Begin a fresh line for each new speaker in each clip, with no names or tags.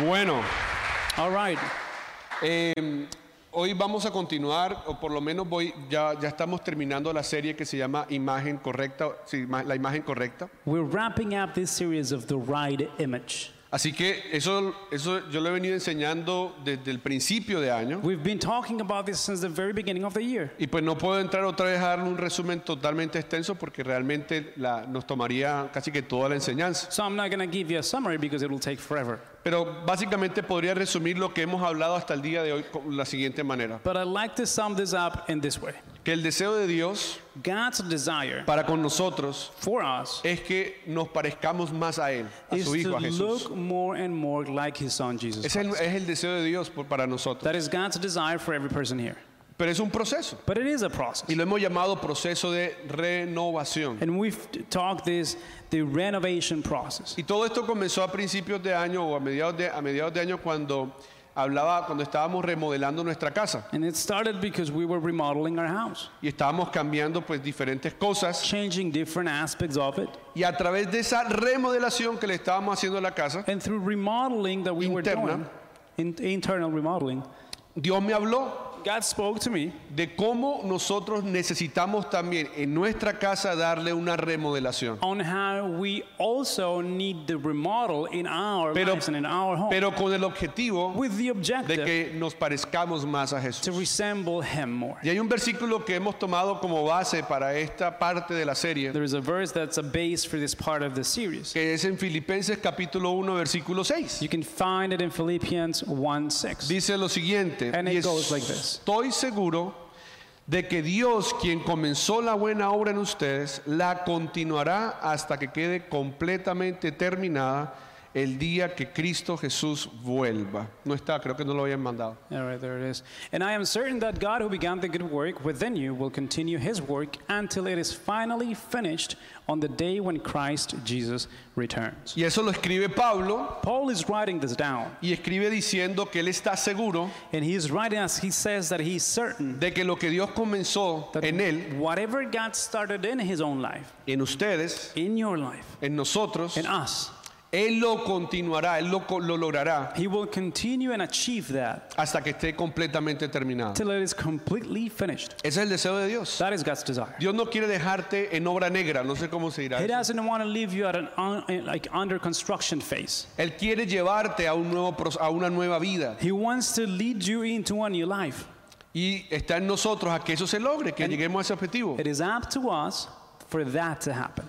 Bueno,
All right.
eh, hoy vamos a continuar, o por lo menos voy, ya, ya estamos terminando la serie que se llama Imagen Correcta, sí, ma- la imagen correcta.
We're wrapping up this series of the right image.
Así que eso, eso yo lo he venido enseñando desde el principio de año.
We've been talking about this since the very beginning of the year.
Y pues no puedo entrar otra vez a dar un resumen totalmente extenso porque realmente la- nos tomaría casi que toda la enseñanza.
So I'm not going to give you a summary because it will take forever.
Pero básicamente podría resumir lo que hemos hablado hasta el día de hoy con la siguiente manera.
But I'd like to sum this up in this way
Que el deseo de Dios
God's desire
para con nosotros
for us
es que nos parezcamos más a Él, a
is
su Hijo,
to
a Jesús.
look more and more like His Son Jesus.
Ese es el, es el deseo de Dios por- para nosotros.
That is God's desire for every person here.
Pero es un proceso.
But it is a process.
Y lo hemos llamado proceso de renovación.
And we've t- talked this the renovation process.
Y todo esto comenzó a principios de año o a mediados de, a mediados de año cuando hablaba, cuando estábamos remodelando nuestra casa.
And it started because we were remodeling our house,
Y estábamos cambiando pues diferentes cosas.
changing different aspects of it.
Y a través de esa remodelación que le estábamos haciendo a la casa,
And through remodeling that we were
Interna.
doing, in, internal remodeling,
Dios me habló
God spoke to me
de cómo nosotros necesitamos también en nuestra casa darle una remodelación.
on how we also need the remodel in our
Pero-
lives and in our home
Pero con el objetivo
with the
de
objective
que nos parezcamos más a
to
Jesús.
resemble Him more.
Y hay un versículo que hemos tomado como base para esta parte de la serie,
There is a verse that's a base for this part of the series.
que es en Filipenses capítulo 1, versículo 6.
You can find it in Philippians 1 6.
Dice lo siguiente,
And it
y
goes like this.
estoy seguro de que Dios, quien comenzó la buena obra en ustedes, la continuará hasta que quede completamente terminada el día que Cristo Jesús vuelva. No está, creo que no lo habían mandado.
All right, there it is. And I am certain that God, who began the good work within you, will continue his work until it is finally finished on the day when Christ Jesus returns.
Y eso lo escribe Pablo
Paul is writing this down,
y escribe diciendo que él está seguro
and he is writing as he says that he's certain
de que lo que Dios comenzó
that
en él,
whatever God started in his own life,
en ustedes,
in your life,
en nosotros,
in us,
él lo continuará, él lo, co- lo logrará
he will continue and achieve that
hasta que esté completamente terminado.
till it is completely finished.
Ese es el deseo de Dios.
That is God's desire.
Dios no quiere dejarte en obra negra, no sé cómo se dirá.
He
eso.
doesn't want to leave you at an un, like under construction phase.
Él quiere llevarte a, un nuevo, pro- a una nueva vida.
He wants to lead you into a new life.
Y está en nosotros a que eso se logre, que lleguemos a ese objetivo.
It is up to us for that to happen.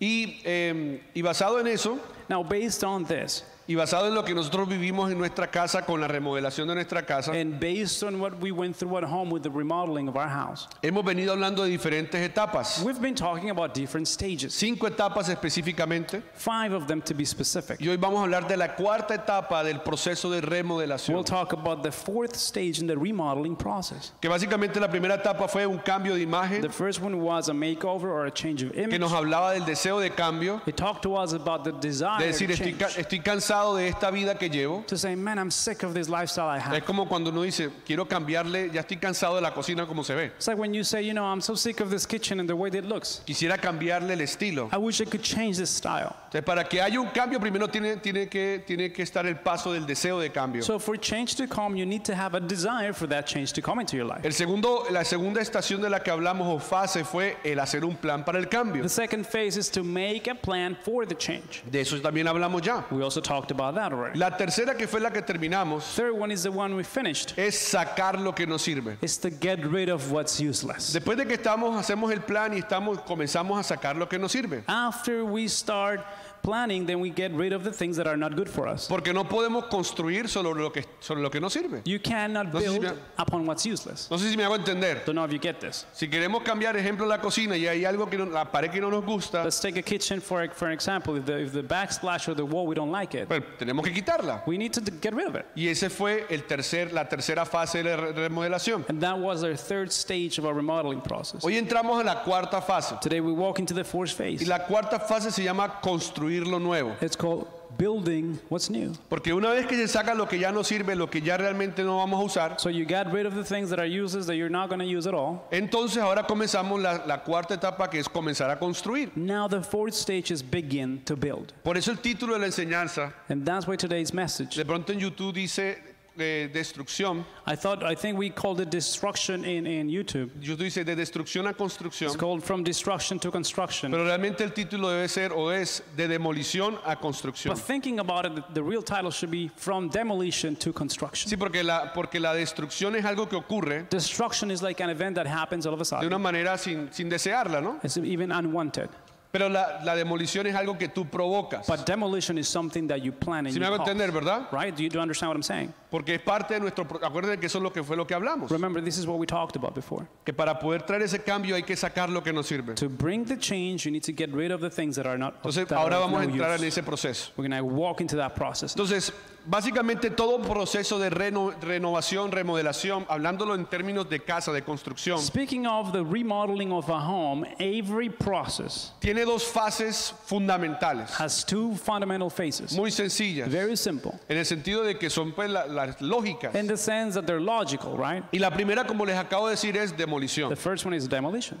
Y, eh, y basado en eso,
Now, based on this,
y basado en lo que nosotros vivimos en nuestra casa con la remodelación de nuestra casa,
and based on what we went through at home with the remodeling of our house,
hemos venido hablando de diferentes etapas.
we've been talking about different stages,
Cinco etapas específicamente.
five of them to be specific.
Y hoy vamos a hablar de la cuarta etapa del proceso de
We'll
remodelación.
talk about the fourth stage in the remodeling process.
Que básicamente la primera etapa fue un cambio de
The
imagen
first one was a makeover or a change of
que
image.
nos hablaba del deseo de cambio.
It talked to us about the desire
De decir,
to,
estoy,
change,
ca- estoy cansado de esta vida que llevo.
to say, man, I'm sick of this lifestyle I
Es
have.
como cuando uno dice, quiero cambiarle, ya estoy cansado de la cocina como se ve.
It's like when you say, you know, I'm so sick of this kitchen and the way that it looks.
Quisiera cambiarle el estilo.
I wish I could change this style.
Entonces, para que haya un cambio, primero tiene, tiene, que, tiene que estar el paso del deseo de cambio.
So for change to come, you need to have a desire for that change to come into your life.
El segundo, la segunda estación de la que hablamos o fase fue el hacer un plan para el cambio.
The second phase is to make a plan for the change.
De eso también hablamos ya.
We also talked about that already.
La tercera que fue la que terminamos
Third one is the one we finished.
es sacar lo que nos sirve.
It's to get rid of what's useless.
Después de que estamos, hacemos el plan y estamos, comenzamos a sacar lo que nos sirve.
After we start planning, then we get rid of the things that are not good for us.
Porque no podemos construir sobre lo que, sobre lo que no sirve.
You cannot
No sé si
build
me-
upon what's useless.
No sé si me hago entender.
Don't know if you get this.
Si queremos cambiar, ejemplo, la cocina y hay algo que no, la pared que no nos gusta,
Let's take a kitchen for for an example. If the, if the backsplash or the wall we don't like it,
pues tenemos que quitarla.
we need to d- get rid of it.
Y ese fue el tercer, la tercera fase de la re- remodelación.
And that was our third stage of our remodeling process.
Hoy entramos a la cuarta fase.
Today we walk into the fourth phase.
Y la cuarta fase se llama construir lo nuevo.
It's called building what's new.
Porque una vez que se saca lo que ya no sirve, lo que ya realmente no vamos a usar,
So you got rid of the things that are useless that you're not going to use at all.
entonces ahora comenzamos la, la cuarta etapa que es comenzar a construir.
Now the fourth stage is begin to build.
Por eso el título de la enseñanza,
And that's why today's message.
de pronto en YouTube dice eh, destrucción,
I thought I think we called it destruction in, in YouTube.
YouTube dice de destrucción a construcción,
It's called from destruction to construction.
pero realmente el título debe ser o es de demolición a construcción.
But thinking about it, the- the real title should be from demolition to construction.
Sí, porque la, porque la destrucción es algo que ocurre
Destruction is like an event that happens all of
de
a sudden.
una manera sin, sin desearla, ¿no?
It's even unwanted.
Pero la, la demolición es algo que tú provocas.
But demolition is something that you plan and
Si
you
me hago
cause.
entender, ¿verdad?
Right? Do you, do you understand what I'm saying?
Porque es parte de nuestro... pro- Acuérdense que eso es lo que fue lo que hablamos.
Remember, this is what we talked about before.
Que para poder traer ese cambio hay que sacar lo que nos sirve.
To bring the change, you need to get rid of the things that are not.
Entonces,
that are
ahora
of
vamos a
no
entrar
use.
en ese proceso.
We're gonna walk into that process.
Entonces, básicamente todo un proceso de reno- renovación, remodelación, hablándolo en términos de casa, de construcción,
Speaking of the remodeling of a home, every process
tiene dos fases fundamentales,
has two fundamental phases.
muy sencillas,
Very simple,
en el sentido de que son pues la- las lógicas.
in the sense that they're logical, right?
Y la primera, como les acabo de decir, es demolición.
The first one is demolition.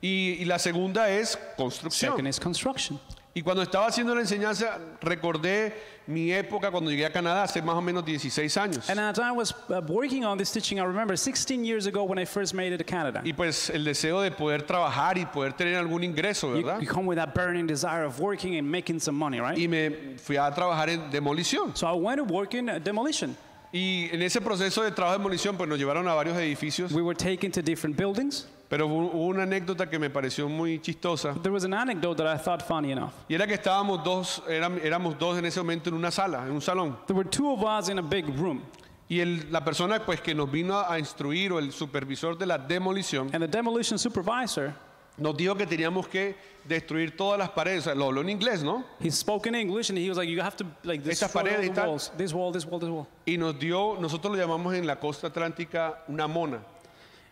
Y, y la segunda es
Second
construcción.
is construction.
Y cuando estaba haciendo la enseñanza, recordé mi época cuando llegué a Canadá, hace más o menos 16 años.
And as I was uh, working on this teaching, I remember 16 years ago when I first made it to Canada.
Y pues el deseo de poder trabajar y poder tener algún ingreso,
You,
¿verdad?
you come with that burning desire of working and making some money, right?
Y me fui a trabajar en demolición.
So I went to work in uh, demolition.
Y en ese proceso de trabajo de demolición, pues nos llevaron a varios edificios.
We were taken to different buildings.
Pero hubo hubo una anécdota que me pareció muy chistosa.
There was an anecdote that I thought funny enough.
Y era que estábamos dos, eram- éramos dos en ese momento en una sala, en un salón.
There were two of us in a big room,
Y el- la persona pues que nos vino a, a instruir o el supervisor de la demolición
and the demolition supervisor
nos dijo que teníamos que destruir todas las paredes. O sea, lo habló en inglés, ¿no?
he spoke in English, and he was like, "You have to like
Estas
destroy all
paredes y
the
tal.
walls. This wall, this wall, this wall."
Y nos dio, nosotros lo llamamos en la costa atlántica una mona.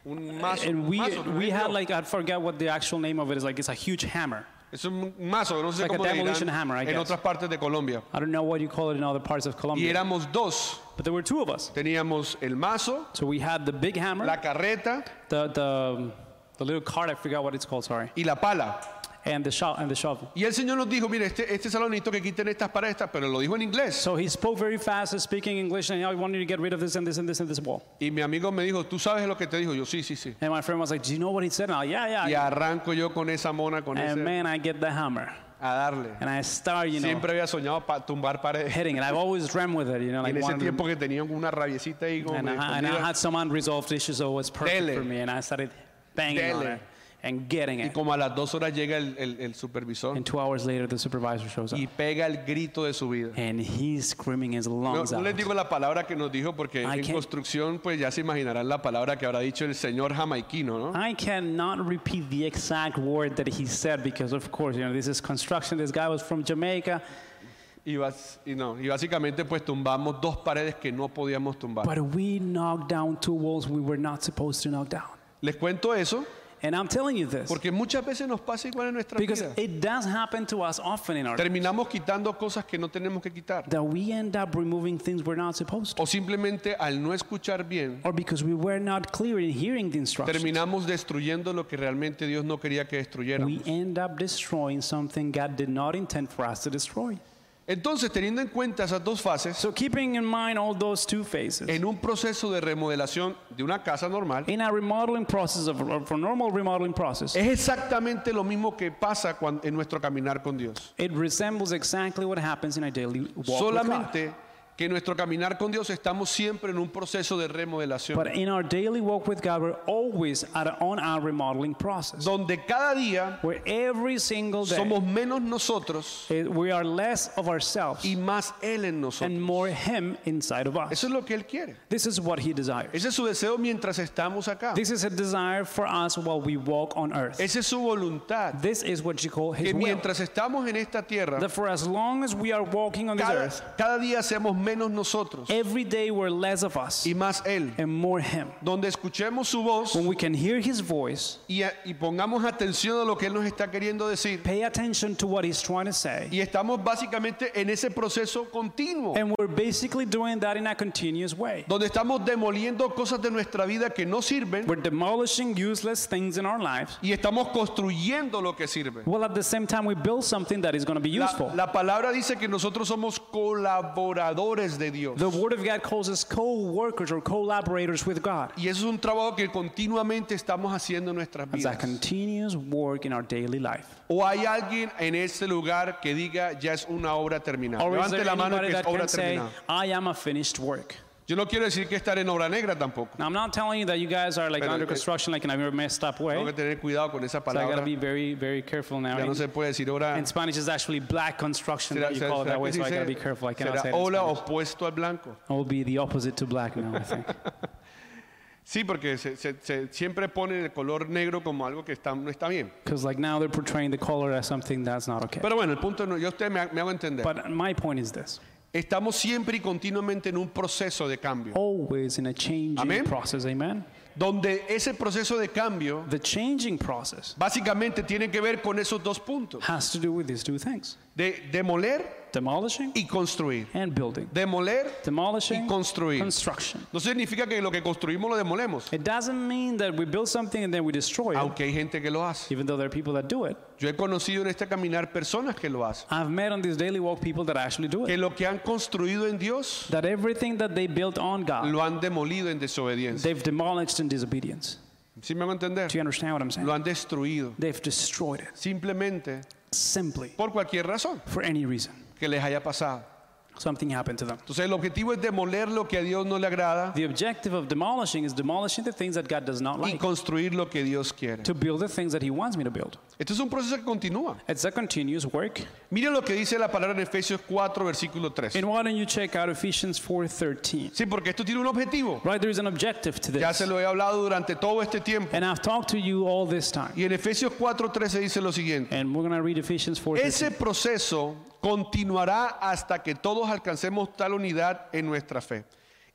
Un mazo.
And
un
we
mazo, ¿no?
we had like I forget what the actual name of it is. Like it's a huge hammer.
Es un mazo, no sé
Like a
cómo le dirán
demolition hammer,
en
I guess.
otras partes de Colombia.
I don't know what you call it in other parts of
Y
Colombia,
éramos dos.
but there were two of us.
Teníamos el mazo,
So we had the big hammer,
la carreta
the the the little cart. I forgot what it's called. Sorry,
y la pala.
and the shovel and the shovel.
Y el Señor nos dijo, mire, este, este salón necesito que quiten estas paredes, estas", pero lo dijo en inglés.
So he spoke very fast, speaking English, and "Oh, I wanted to get rid of this and this and this and this wall.
Y mi amigo me dijo, ¿tú sabes lo que te dijo? Yo, sí, sí, sí.
And my friend was like, "Do you know what he said?" And I, yeah, yeah. I
Y arranco yo con esa mona, con
And
ese,
man, I get the hammer,
a darle.
and I start, you know,
Siempre había soñado pa- tumbar paredes.
hitting it. I've always dreamt with it, you know,
Y
like
en ese
one of them.
tiempo que tenían una rabiecita ahí como
And
medio
I, and I
escondida,
had some unresolved issues, so it was perfect
Dele.
for me. And I started banging on
Dele.
it and getting
y
it.
como a las dos horas llega el, el- el supervisor
And two hours later, the supervisor shows up,
y pega el grito de su vida.
and he's screaming his
No,
lungs
no les
out.
digo la palabra que nos dijo porque en
can't-
construcción pues ya se imaginarán la palabra que habrá dicho el señor jamaiquino, ¿no?
I cannot repeat the exact word that he said because, of course, you know, this is construction. This guy was from Jamaica.
Y, bas- y no, y básicamente pues tumbamos dos paredes que no podíamos tumbar.
But we knocked down two walls we were not supposed to knock down.
Les cuento eso
And I'm telling you this
porque muchas veces nos pasa igual en nuestra
because
vida.
it does happen to us often in our
Terminamos quitando cosas que no tenemos que quitar.
that we end up removing things we're not supposed to,
O simplemente al no escuchar bien,
or because we were not clear in hearing the instructions.
terminamos destruyendo lo que realmente Dios no quería que destruyéramos.
we end up destroying something God did not intend for us to destroy.
Entonces, teniendo en cuenta esas dos fases,
So, keeping in mind all those two phases,
en un proceso de remodelación de una casa normal,
in our remodeling process, of, or for normal remodeling process,
es exactamente lo mismo que pasa cuan- en nuestro caminar con Dios.
it resembles exactly what happens in our daily walk. with God.
Solamente que en nuestro caminar con Dios estamos siempre en un proceso de remodelación,
But in our daily walk with God, we're always at, on our remodeling process,
donde cada día
where every single day
somos menos nosotros
eh, we are less of ourselves
y más Él en
and
nosotros.
more Him inside of us.
Eso es lo que Él quiere.
This is what He desires.
Ese es su deseo mientras estamos acá.
This is a desire for us while we walk on earth.
Esa es su voluntad.
This is what you call His
Que
will.
mientras estamos en esta tierra,
that for as long as we are walking on this earth,
cada, cada día seamos menos nosotros
Every day we're less of us
y más Él.
and more Him.
Donde escuchemos su voz
When we can hear His voice,
y, y pongamos atención a lo que Él nos está queriendo decir.
pay attention to what He's trying to say,
Y estamos básicamente en ese proceso continuo.
and we're basically doing that in a continuous way.
Donde estamos demoliendo cosas de nuestra vida que no sirven
We're demolishing useless things in our lives,
y estamos construyendo lo que sirve.
while at the same time we build something that is going to be
La,
useful.
la palabra dice que nosotros somos colaboradores de Dios.
The Word of God calls us co-workers or collaborators with God.
Y eso es un trabajo que continuamente estamos haciendo en nuestras
It's a
vidas.
continuous work in our daily life.
¿O hay alguien en este lugar que diga ya es una obra terminada?
Or is
Levante
there
la mano
anybody
que es
that
obra
can say,
terminada.
I am a finished work?
Yo no quiero decir que estar en obra negra tampoco.
Now, I'm not telling you that you guys are like
Pero,
under
eh,
construction, like in a very messed up way.
Tengo que tener cuidado con esa
So I gotta
palabra.
be very, very careful now.
Ya no
In,
se puede decir obra.
in Spanish, it's actually black construction
Será,
that you
será-
call
será
it that way,
que
so I gotta
dice-
be careful. I cannot
será
say that. in
obra
Spanish.
opuesto al blanco.
I will be the opposite to black now, I think.
Sí, porque se, se- se- siempre ponen el color negro como algo que está, no está bien.
Because like now they're portraying the color as something that's not okay.
Pero bueno, el punto no, yo a usted me, ha- me hago entender.
But my point is this
Estamos siempre y continuamente en un proceso de cambio,
always in a changing
Amén.
process, amen?
donde ese proceso de cambio
The changing process
básicamente tiene que ver con esos dos puntos,
has to do with these two things
de demoler
demolishing
y construir.
and building.
Demoler
Demolishing,
Y construir.
construction.
no significa que lo que construimos lo demolemos,
It doesn't mean that we build something and then we destroy it,
aunque hay gente que lo hace.
even though there are people that do it.
Yo he conocido en este caminar personas que lo hacen,
I've met on this daily walk people that actually do it.
que lo que han construido en Dios
That everything that they built on God,
lo han demolido en desobediencia.
they've demolished in disobedience.
¿Sí me hago entender?
Do you understand what I'm saying?
Lo han destruido
They've destroyed it
simplemente
simply
por cualquier razón
for any reason.
que les haya pasado.
Something happened to them.
Entonces el objetivo es demoler lo que a Dios no le agrada
The objective of demolishing is demolishing the things that God does not
y
like
construir lo que Dios quiere.
to build the things that He wants me to build.
Esto es un proceso que continúa.
It's a continuous work.
Miren lo que dice la palabra en Efesios 4, versículo 3.
And why don't you check out Ephesians 4:13?
Sí, porque esto tiene un objetivo.
Right, there is an objective to
Ya
this,
se lo he hablado durante todo este tiempo.
and I've talked to you all this time.
Y en Efesios 4, 13 dice lo siguiente.
And we're gonna read Ephesians 4:13.
Ese proceso continuará hasta que todos alcancemos tal unidad en nuestra fe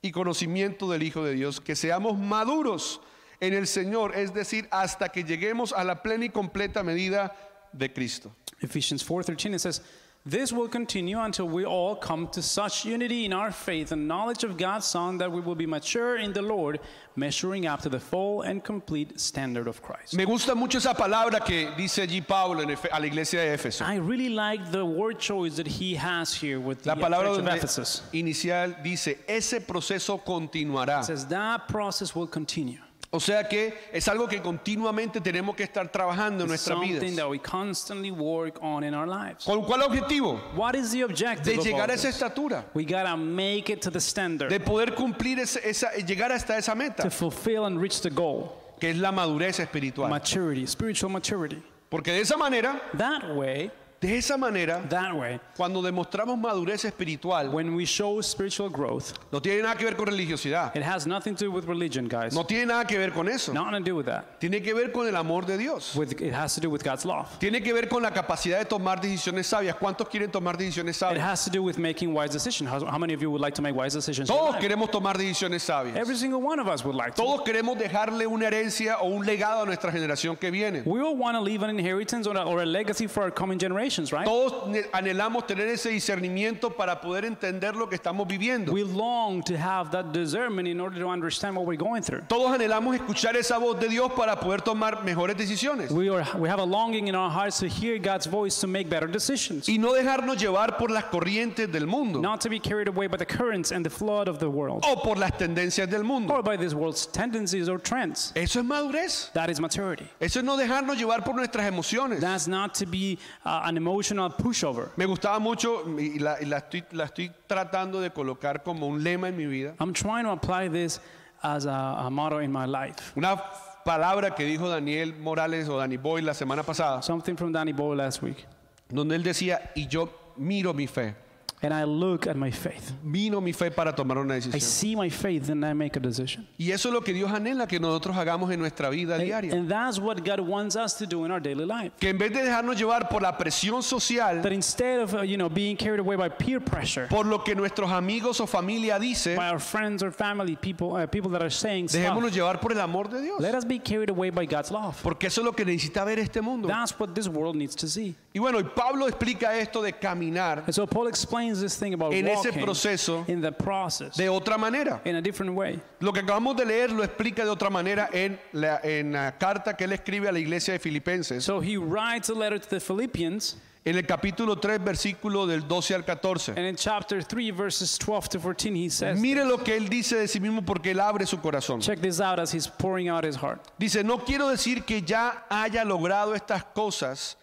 y conocimiento del Hijo de Dios, que seamos maduros en el Señor, es decir, hasta que lleguemos a la plena y completa medida de Cristo.
Ephesians 4:13 it says, "This will continue until we all come to such unity in our faith and knowledge of God's Son that we will be mature in the Lord, measuring up to the full and complete standard of Christ."
Me gusta mucho esa palabra que dice allí Pablo en Efe- a la iglesia de Éfeso.
I really like the word choice that he has here with the
La palabra
Church of
donde
Ephesus.
inicial dice, ese proceso continuará.
It says that process will continue.
O sea que es algo que continuamente tenemos que estar trabajando en
It's
nuestras
something
vidas.
that we constantly work on in our lives.
¿Con cuál objetivo?
What is the
De
objective? Of all
llegar a esa
this?
estatura.
We gotta make it to the
de
standard
poder cumplir ese- esa, eh, llegar hasta esa meta,
to fulfill and reach the goal,
que es la madurez espiritual.
maturity, spiritual maturity.
Porque de esa manera,
That way,
de esa manera,
that way,
cuando demostramos madurez espiritual,
when we show spiritual growth,
no tiene nada que ver con religiosidad,
it has nothing to do with religion, guys.
no tiene nada que ver con eso,
Nothing to do with that.
tiene que ver con el amor de Dios.
With it has to do with God's love.
Tiene que ver con la capacidad de tomar decisiones sabias. ¿Cuántos quieren tomar decisiones
It
sabias?
has to do with making wise decisions. How, how many of you would like to make wise decisions? in your
Todos
life?
queremos tomar decisiones sabias.
Every single one of us would like to.
Todos queremos dejarle una herencia o un legado a nuestra generación que viene.
We all want to leave an inheritance or a, or a legacy for our coming generations, right?
Todos ne- anhelamos tener ese discernimiento para poder entender lo que estamos viviendo.
We long to have that discernment in order to understand what we're going through.
Todos anhelamos escuchar esa voz de Dios para poder tomar mejores decisiones
We, are, we have a longing in our hearts to hear God's voice to make better decisions,
y no dejarnos llevar por las corrientes del mundo
not to be carried away by the currents and the flood of the world,
o por las tendencias del mundo.
or by this world's tendencies or trends.
Eso es madurez.
That is maturity.
Eso es no dejarnos llevar por nuestras emociones.
That's not to be uh, an emotional pushover.
Me gustaba mucho y la, y la estoy, la estoy tratando de colocar como un lema en mi vida.
I'm trying to apply this as a, a motto in my life.
Una palabra que dijo Daniel Morales o Danny Boy la semana pasada,
Something from Danny Boyle last week.
donde él decía, y yo miro mi fe.
and I look at my faith.
Vino mi fe para tomar una
I
decisión.
see my faith, then I make a decision.
Y eso es lo que Dios anhela que nosotros hagamos en nuestra vida
And,
diaria.
and that's what God wants us to do in our daily life.
Que en vez de dejarnos llevar por la presión social,
That instead of uh, you know being carried away by peer pressure,
por lo que nuestros amigos o familia dicen,
by our friends or family, people, uh, people that are saying
dejémonos
stuff,
llevar por el amor de Dios.
let us be carried away by God's love.
Porque eso es lo que necesita ver este mundo.
That's what this world needs to see.
Y bueno, y Pablo explica esto de caminar
And so Paul explains this thing about
en ese
walking
proceso
in the process
de otra manera.
in a different way.
Lo que acabamos de leer lo explica de otra manera en la, en la carta que él escribe a la iglesia de Filipenses,
So he writes a letter to the Philippians,
en el capítulo 3, versículo del 12 al 14.
and in chapter 3, verses 12 to 14, he says,
Mire lo que él dice de sí mismo porque él abre su corazón.
Check this out as he's pouring out his heart.
Dice, no quiero decir que ya haya logrado estas cosas.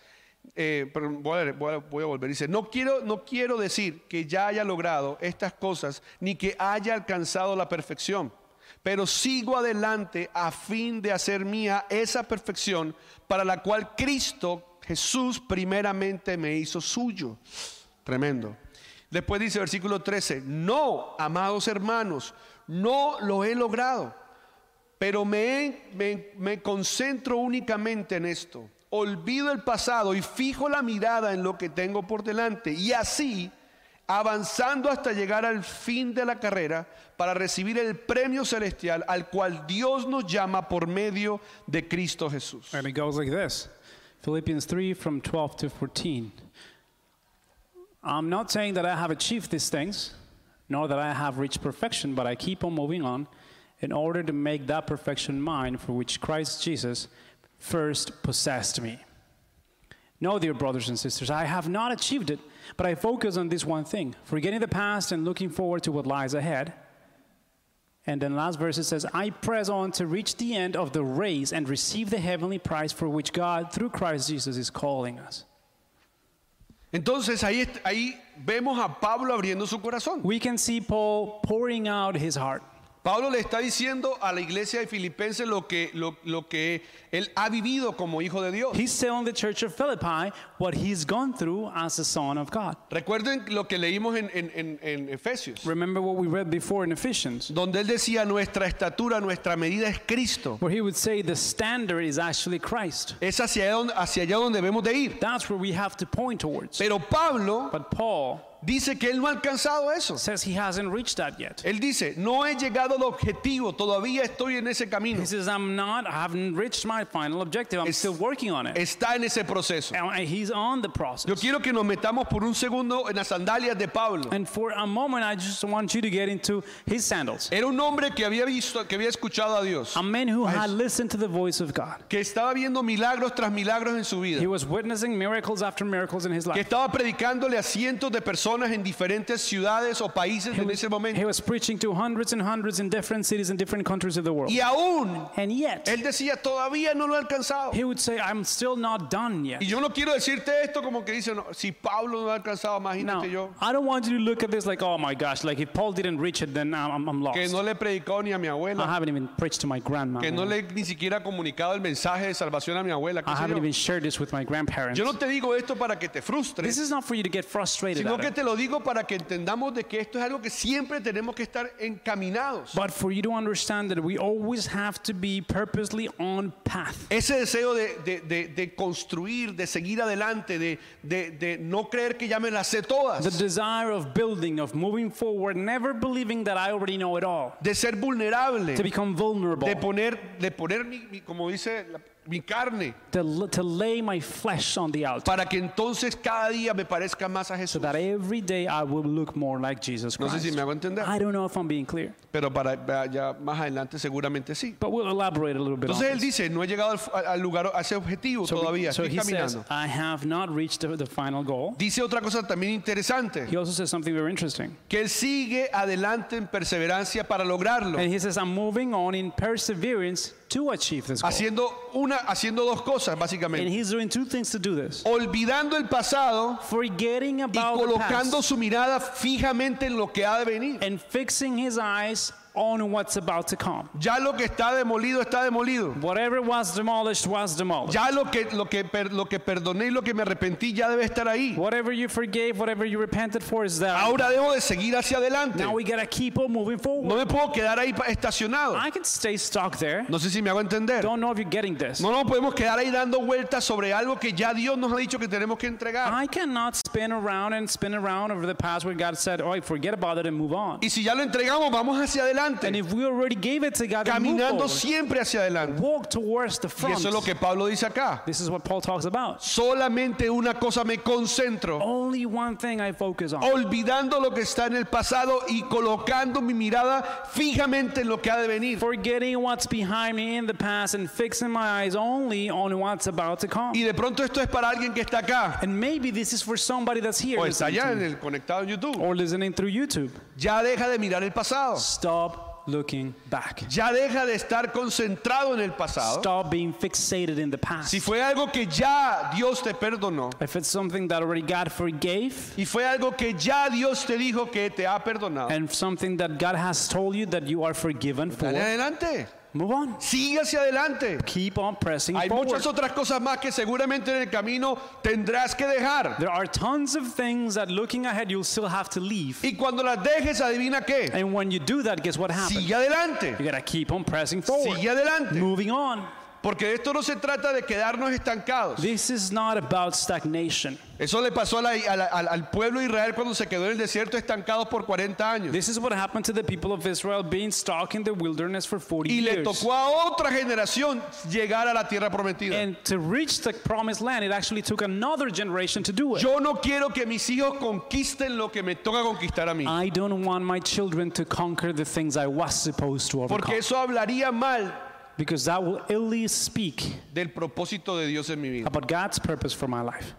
eh, perdón, voy, a, leer, voy a- voy a volver. Dice, no quiero, no quiero decir que ya haya logrado estas cosas ni que haya alcanzado la perfección. Pero sigo adelante a fin de hacer mía esa perfección para la cual Cristo Jesús primeramente me hizo suyo. Tremendo. Después dice versículo 13, no, amados hermanos, no lo he logrado. Pero me, me- me concentro únicamente en esto. Olvido el pasado y fijo la mirada en lo que tengo por delante. Y así, avanzando hasta llegar al fin de la carrera para recibir el premio celestial al cual Dios nos llama por medio de Cristo Jesús.
And it goes like this Philippians 3 from 12 to 14. I'm not saying that I have achieved these things, nor that I have reached perfection, but I keep on moving on in order to make that perfection mine for which Christ Jesus first possessed me. No, dear brothers and sisters, I have not achieved it, but I focus on this one thing forgetting the past and looking forward to what lies ahead. And then last verse it says, I press on to reach the end of the race and receive the heavenly prize for which God, through Christ Jesus, is calling us.
Entonces ahí, est- ahí vemos a Pablo abriendo su corazón.
We can see Paul pouring out his heart.
Pablo le está diciendo a la iglesia de Filipenses lo que, lo- lo que él ha vivido como hijo de Dios.
He's telling the church of Philippi what he's gone through as a son of God.
Recuerden lo que leímos en, en- en- en Efesios.
Remember what we read before in Ephesians,
donde él decía nuestra estatura, nuestra medida es Cristo.
where he would say the standard is actually Christ.
Es hacia allá donde, hacia allá donde debemos de ir.
That's where we have to point towards.
Pero Pablo
But Paul
dice que él no ha alcanzado eso.
says he hasn't reached that yet.
Él dice, no he llegado al objetivo, todavía estoy en ese camino.
He says, I'm not, I haven't reached my final objective. I'm
Es-
still working on it.
Está en ese proceso.
And and he's on the
Yo
process.
quiero que nos metamos por un segundo en las sandalias de Pablo.
And for a moment, I just want you to get into his sandals.
Era un hombre que había visto, que había escuchado a Dios,
A man who
Nice.
had listened to the voice of God.
que estaba viendo milagros tras milagros en su
He
vida,
was witnessing miracles after miracles in his
que
life.
estaba predicándole a cientos de personas en diferentes ciudades o países en ese
He
momento.
was preaching to hundreds and hundreds in different cities and different countries of the world.
Y aún
And yet,
Él decía, todavía no lo he alcanzado.
he would say, I'm still not done yet.
Y yo no quiero decirte esto como que dice, no, si Pablo no lo ha alcanzado, imagínate
Now,
yo,
I don't want you to look at this like, oh my gosh, like if Paul didn't reach it, then I'm, I'm
que
lost.
no le he predicado ni a mi
I
abuela,
haven't even preached to my grandma.
que no le he ni siquiera comunicado el mensaje de salvación a mi abuela. qué
I
sé
haven't
yo.
even shared this with my grandparents.
Yo no te digo esto para que te frustres,
This is not for you to get frustrated
sino
at
que
it,
te lo digo para que entendamos de que esto es algo que siempre tenemos que estar encaminados.
but for you to understand that we always have to be purposely on path.
Ese deseo de, de- de- de construir, de seguir adelante, de, de- de no creer que ya me las sé
The
todas,
desire of building, of moving forward, never believing that I already know it all.
de ser vulnerable,
To become vulnerable.
de poner, de poner mi, mi- como dice, la- mi carne,
To, l- to lay my flesh on the altar.
para que entonces cada día me parezca más a
So
Jesús.
that every day I will look more like Jesus
No sé
Christ.
si me hago entender,
I don't know if I'm being clear,
pero para para ya más adelante seguramente sí.
but we'll elaborate a little bit on
Entonces él
this.
dice, no he llegado al, al lugar, a ese objetivo
So, we-
todavía,
so
estoy
he says,
caminando.
I have not reached the, the final goal.
Dice otra cosa también interesante,
He also says something very interesting.
que él sigue adelante en perseverancia para lograrlo,
And he says, I'm moving on in perseverance to achieve this goal.
haciendo una, haciendo dos cosas
And
básicamente,
he's doing two things to do this.
olvidando el pasado
Forgetting
y
about the past
colocando su mirada fijamente en lo que ha de venir.
and fixing his eyes on what's about to come.
Ya lo que está demolido está demolido.
Whatever was demolished was demolished.
Ya lo que, lo, que per- lo que perdoné y lo que me arrepentí ya debe estar ahí.
Whatever you forgave, whatever you repented for is there.
Ahora debo de seguir hacia adelante.
Now we gotta keep on moving forward.
No me puedo quedar ahí pa- estacionado.
I can stay stuck there.
No sé si me hago entender.
Don't know if you're getting this.
No nos podemos quedar ahí dando vueltas sobre algo que ya Dios nos ha dicho que tenemos que entregar.
I cannot spin around and spin around over the past where God said, "Oh, forget about it and move on."
Y si ya lo entregamos, vamos hacia
And
adelante.
if we already gave it to God, then move
Caminando
forward.
siempre hacia adelante.
walk towards the
Y
front.
eso es lo que Pablo dice acá.
This is what Paul talks about.
Solamente una cosa me concentro.
Only one thing I focus on.
Olvidando lo que está en el pasado y colocando mi mirada fijamente en lo que ha de venir.
Forgetting what's behind me in the past and fixing my eyes only on what's about to come.
Y de pronto esto es para alguien que está acá
And maybe this is for somebody that's here
o está
listening
allá
to
en
me
el conectado en YouTube.
or listening through YouTube.
Ya deja de mirar el pasado.
Stop looking back.
Ya deja de estar concentrado en el pasado.
Stop being fixated in the past.
Si fue algo que ya Dios te perdonó
if it's something that already God forgave
y fue algo que ya Dios te dijo que te ha perdonado,
and something that God has told you that you are forgiven
dale
for,
adelante.
move on.
Sigue hacia adelante.
Keep on pressing
Hay
forward.
muchas otras cosas más que seguramente en el camino tendrás que dejar.
There are tons of things that looking ahead you'll still have to leave.
Y cuando las dejes, adivina qué.
And when you do that, guess what happens?
Sigue adelante.
You gotta keep on pressing forward.
Sigue adelante.
Moving on.
Porque de esto no se trata de quedarnos estancados.
This is not about stagnation.
Eso le pasó a la- a la- al, al pueblo de Israel cuando se quedó en el desierto estancados por 40 años.
This is what happened to the people of Israel being stuck in the wilderness for 40
Y le
years.
tocó a otra generación llegar a la tierra prometida.
And to reach the promised land, it actually took another generation to do it.
Yo no quiero que mis hijos conquisten lo que me toca conquistar a mí.
I don't want my children to conquer the things I was supposed to overcome.
Porque eso hablaría mal
Because that will illy speak
del propósito de Dios en mi vida.
about God's purpose for my life.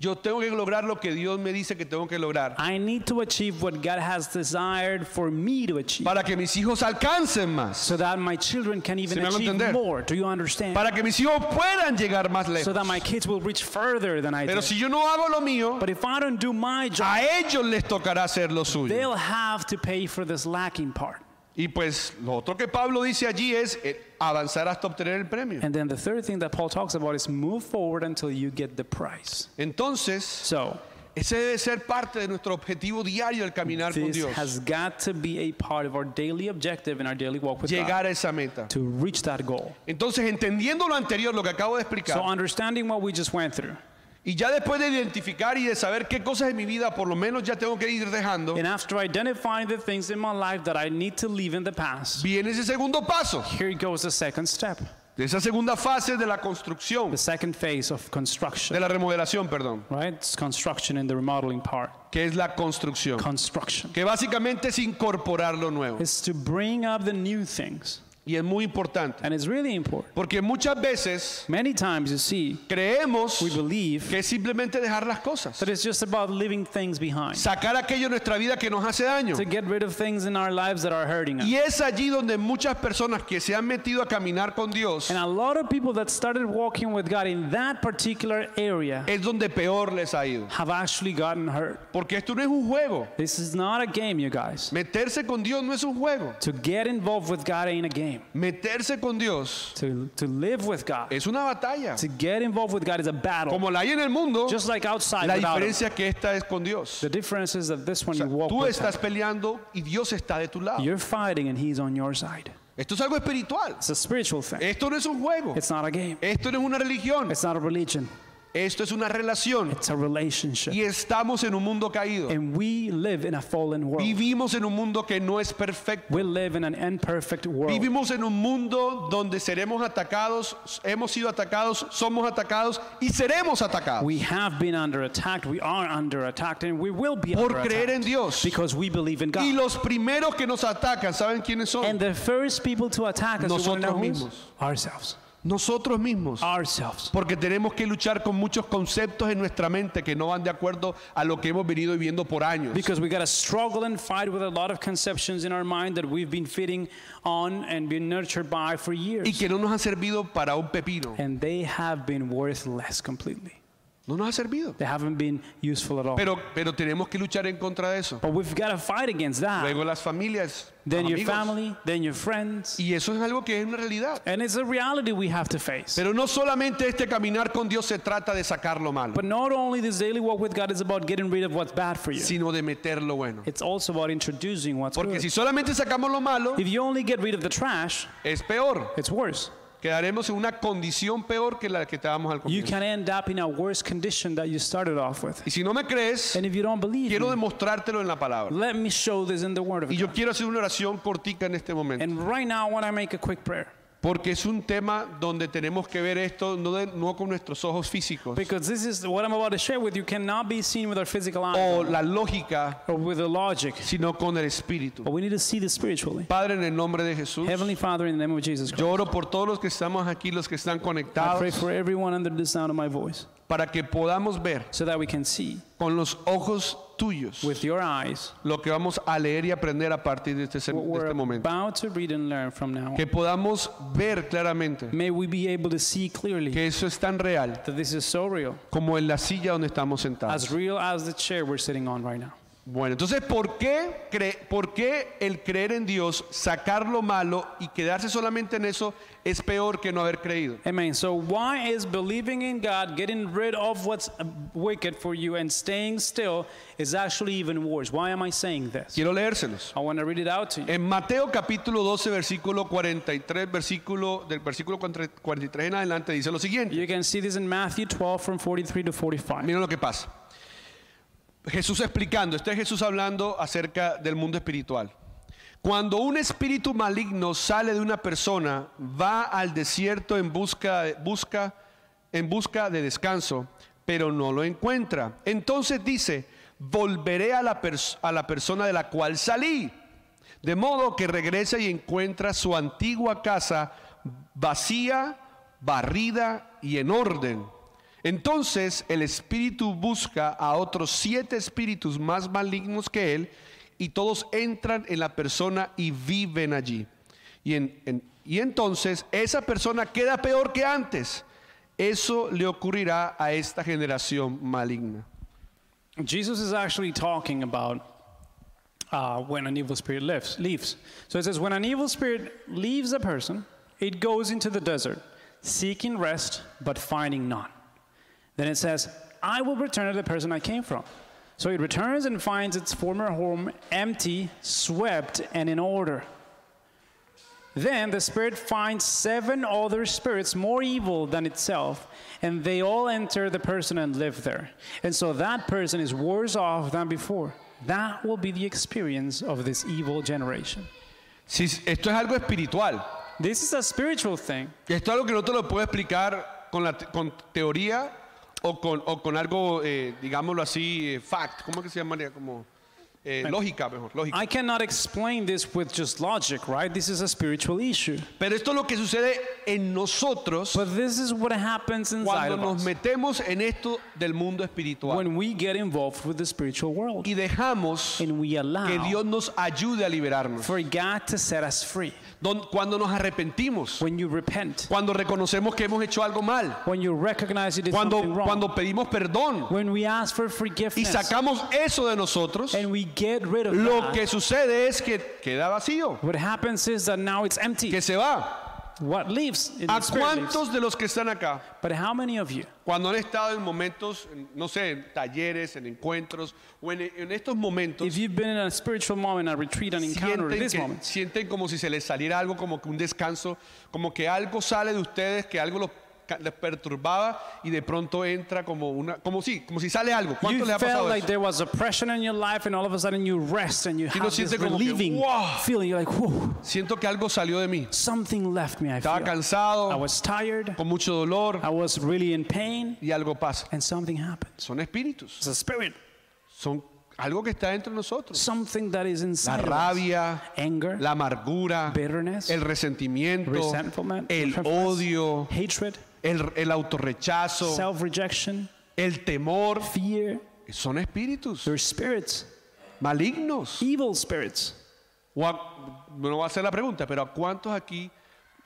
Yo tengo que lograr lo que Dios me dice que tengo que lograr.
I need to achieve what God has desired for me to achieve.
Para que mis hijos alcancen más.
so that my children can even
me hago
achieve
entender?
more. Do you understand?
Para que mis hijos puedan llegar más
so
lejos.
that my kids will reach further than I
Pero
did.
si yo no hago lo mío,
but if I don't do my job,
a ellos les tocará hacer lo suyo.
they'll have to pay for this lacking part.
Y pues lo otro que Pablo dice allí es eh, avanzar hasta obtener el premio.
And then the third thing that Paul talks about is move forward until you get the prize.
Entonces,
So
ese debe ser parte de nuestro objetivo diario al caminar con
this
Dios.
has got to be a part of our daily objective in our daily walk with God
Llegar a esa meta.
to reach that goal.
Entonces, entendiendo lo anterior, lo que acabo de explicar,
So understanding what we just went through,
y ya después de identificar y de saber qué cosas en mi vida por lo menos ya tengo que ir dejando,
and after identifying the things in my life that I need to leave in the past,
viene ese segundo paso,
here goes the second step,
de esa segunda fase de la construcción,
the second phase of construction.
de la remodelación, perdón,
right? It's construction and the remodeling part.
que es la construcción,
Construction
que básicamente es incorporar lo nuevo.
is to bring up the new things,
Y es muy importante,
and it's really important.
porque muchas veces
Many times you see,
creemos
we believe
que es simplemente dejar las cosas,
that it's just about leaving things behind,
sacar aquello de nuestra vida que nos hace daño.
to get rid of things in our lives that are hurting us.
Y es allí donde muchas personas que se han metido a caminar con Dios,
And a lot of people that started walking with God in that particular area
es donde peor les ha ido.
have actually gotten hurt.
Porque esto no es un juego.
This is not a game, you guys.
Meterse con Dios no es un juego.
To get involved with God ain't a game.
Meterse con Dios
To, to live with God,
es una batalla.
to get involved with God is a battle.
Como la hay en el mundo,
Just like outside
la
without Him.
diferencia es que esta es con Dios.
The difference is that this one
O sea,
you walk
tú
with
estás peleando pues. y Dios está de tu
him.
lado.
You're fighting and he's on your side.
Esto es algo espiritual.
It's a spiritual thing.
Esto no es un juego.
It's not a game.
Esto no es una religión.
It's not a religion.
Esto es una relación.
It's a relationship.
Y estamos en un mundo caído.
And we live in a fallen world.
Vivimos en un mundo que no es perfecto.
We live in an imperfect world.
Vivimos en un mundo donde seremos atacados, hemos sido atacados, somos atacados y seremos atacados.
We have been under attack. We are under attack and we will be
por
under
creer en
attack
Dios.
because we believe in
Y
God.
los primeros que nos atacan, ¿saben quiénes son?
And the first people to attack us you wanna know
Nosotros
who is?
mismos.
ourselves.
Nosotros mismos.
Ourselves.
Porque tenemos que luchar con muchos conceptos en nuestra mente que no van de acuerdo a lo que hemos venido viviendo por años.
Because we got to struggle and fight with a lot of conceptions in our mind that we've been feeding on and been nurtured by for years.
Y que no nos han servido para un pepino.
and they have been worthless completely.
No nos ha servido.
They haven't been useful at all.
Pero, pero tenemos que luchar en contra de eso.
but we've got to fight against that.
Luego las familias,
then your
amigos.
family, then your friends.
Y eso es algo que es una realidad.
And it's a reality we have to face.
Pero no solamente este caminar con Dios se trata de sacar lo malo,
but not only this daily walk with God is about getting rid of what's bad for you.
sino de meter lo bueno.
it's also about introducing what's
Porque
good.
si solamente sacamos lo malo,
if you only get rid of the trash,
es peor.
it's worse.
Quedaremos en una condición peor que la que estábamos al
You
comienzo.
can end up in a worse condition that you started off with.
Y si no me crees,
And if you don't believe,
quiero
me,
demostrártelo en la palabra.
let me show this in the Word of
Y yo
God.
quiero hacer una oración cortica en este momento,
And right now, I want to make a quick prayer
porque es un tema donde tenemos que ver esto no, de- no con nuestros ojos físicos
because this is what I'm about to share with you cannot be seen with our physical
o
eyes
la lógica,
or with the logic,
sino con el espíritu.
but we need to see this spiritually.
Padre, en el nombre de Jesús,
Heavenly Father, in the name of Jesus Christ,
yo oro por todos los que estamos aquí, los que están
I
conectados,
pray for everyone under the sound of my voice
para que podamos ver
so that we can see
con los ojos tuyos
with your eyes
lo que vamos a leer y aprender a partir de este, sem-
what
de
we're
este momento.
about to read and learn from now. on.
Que podamos ver claramente
May we be able to see clearly
que eso es tan real
that this is so real,
como en la silla donde estamos sentados.
as real as the chair we're sitting on right now.
Bueno, entonces, ¿por qué, cre- ¿por qué el creer en Dios, sacar lo malo y quedarse solamente en eso es peor que no haber creído?
Amen. So, why is believing in God, getting rid of what's uh, wicked for you, and staying still is actually even worse? Why am I saying this?
Quiero leérselos.
I want to read it out to you.
En Mateo capítulo 12, versículo 43, versículo, del versículo 43 en adelante dice lo siguiente.
You can see this in Matthew 12 from 43 to 45.
Miren lo que pasa. Jesús explicando, este es Jesús hablando acerca del mundo espiritual. Cuando un espíritu maligno sale de una persona, va al desierto en busca, busca, en busca de descanso, pero no lo encuentra. Entonces dice, volveré a la, pers- a la persona de la cual salí. De modo que regresa y encuentra su antigua casa vacía, barrida y en orden. Entonces el espíritu busca a otros siete espíritus más malignos que él y todos entran en la persona y viven allí. Y, en- en- y entonces esa persona queda peor que antes. Eso le ocurrirá a esta generación maligna.
Jesus is actually talking about uh, when an evil spirit lives, leaves. So it says, when an evil spirit leaves a person, it goes into the desert, seeking rest, but finding none. Then it says, I will return to the person I came from. So it returns and finds its former home empty, swept, and in order. Then the spirit finds seven other spirits more evil than itself, and they all enter the person and live there. And so that person is worse off than before. That will be the experience of this evil generation.
Si esto es algo espiritual,
This is a spiritual thing.
Esto es algo que no te lo puedo explicar con, la te- con teoría o con, o con algo, eh, digámoslo así, eh, fact. ¿Cómo que se llamaría? Como, eh, lógica, mejor, lógica.
I cannot explain this with just logic, right? This is a spiritual issue.
Pero esto es lo que sucede en nosotros
But this is what happens inside
cuando
of
nos
us
metemos en esto del mundo espiritual
when we get involved with the spiritual world
y dejamos
and we
que
allow
Dios nos ayude a liberarnos.
for God to set us free.
Don- Cuando nos arrepentimos,
When you repent,
cuando reconocemos que hemos hecho algo mal,
when you recognize you did
cuando,
something wrong,
cuando pedimos perdón
when we ask for
y
forgiveness
sacamos eso de nosotros,
and we get rid of
lo
that,
que sucede es que queda vacío,
what happens is that now it's empty.
que se va.
What leaves? It
¿A
is spirit leaves.
cuántos de los que están acá,
But how many of you,
cuando han estado en momentos, en, no sé, en talleres, en encuentros, o en, en estos momentos,
if you've been in a spiritual moment, a retreat, an encounter,
sienten,
this
que-
moment,
sienten como si se les saliera algo, como que un descanso, como que algo sale de ustedes, que algo los, ca- les perturbaba y de pronto entra como una, como si, como si sale algo. ¿Cuánto
you
les ha
felt
pasado
like
eso?
there was oppression in your life, and all of a sudden you rest and you
uno
have this
siente como que,
relieving
"Wow."
feeling. You're like, whoa,
Siento que algo salió de mí.
something left me. I
Estaba
feel. I
cansado,
was tired.
con mucho dolor
I was really in pain,
y algo pasa.
and something happens.
Son espíritus,
It's a spirit,
son algo que está dentro de nosotros.
something that is
La
inside. of us.
rabia,
Anger,
la amargura,
bitterness,
el resentimiento,
resentment,
el
preference,
odio,
hatred,
el, el autorrechazo,
self-rejection,
el temor,
fear.
son espíritus
They're spirits,
malignos.
evil spirits.
O a- no voy a hacer la pregunta, pero ¿a cuántos aquí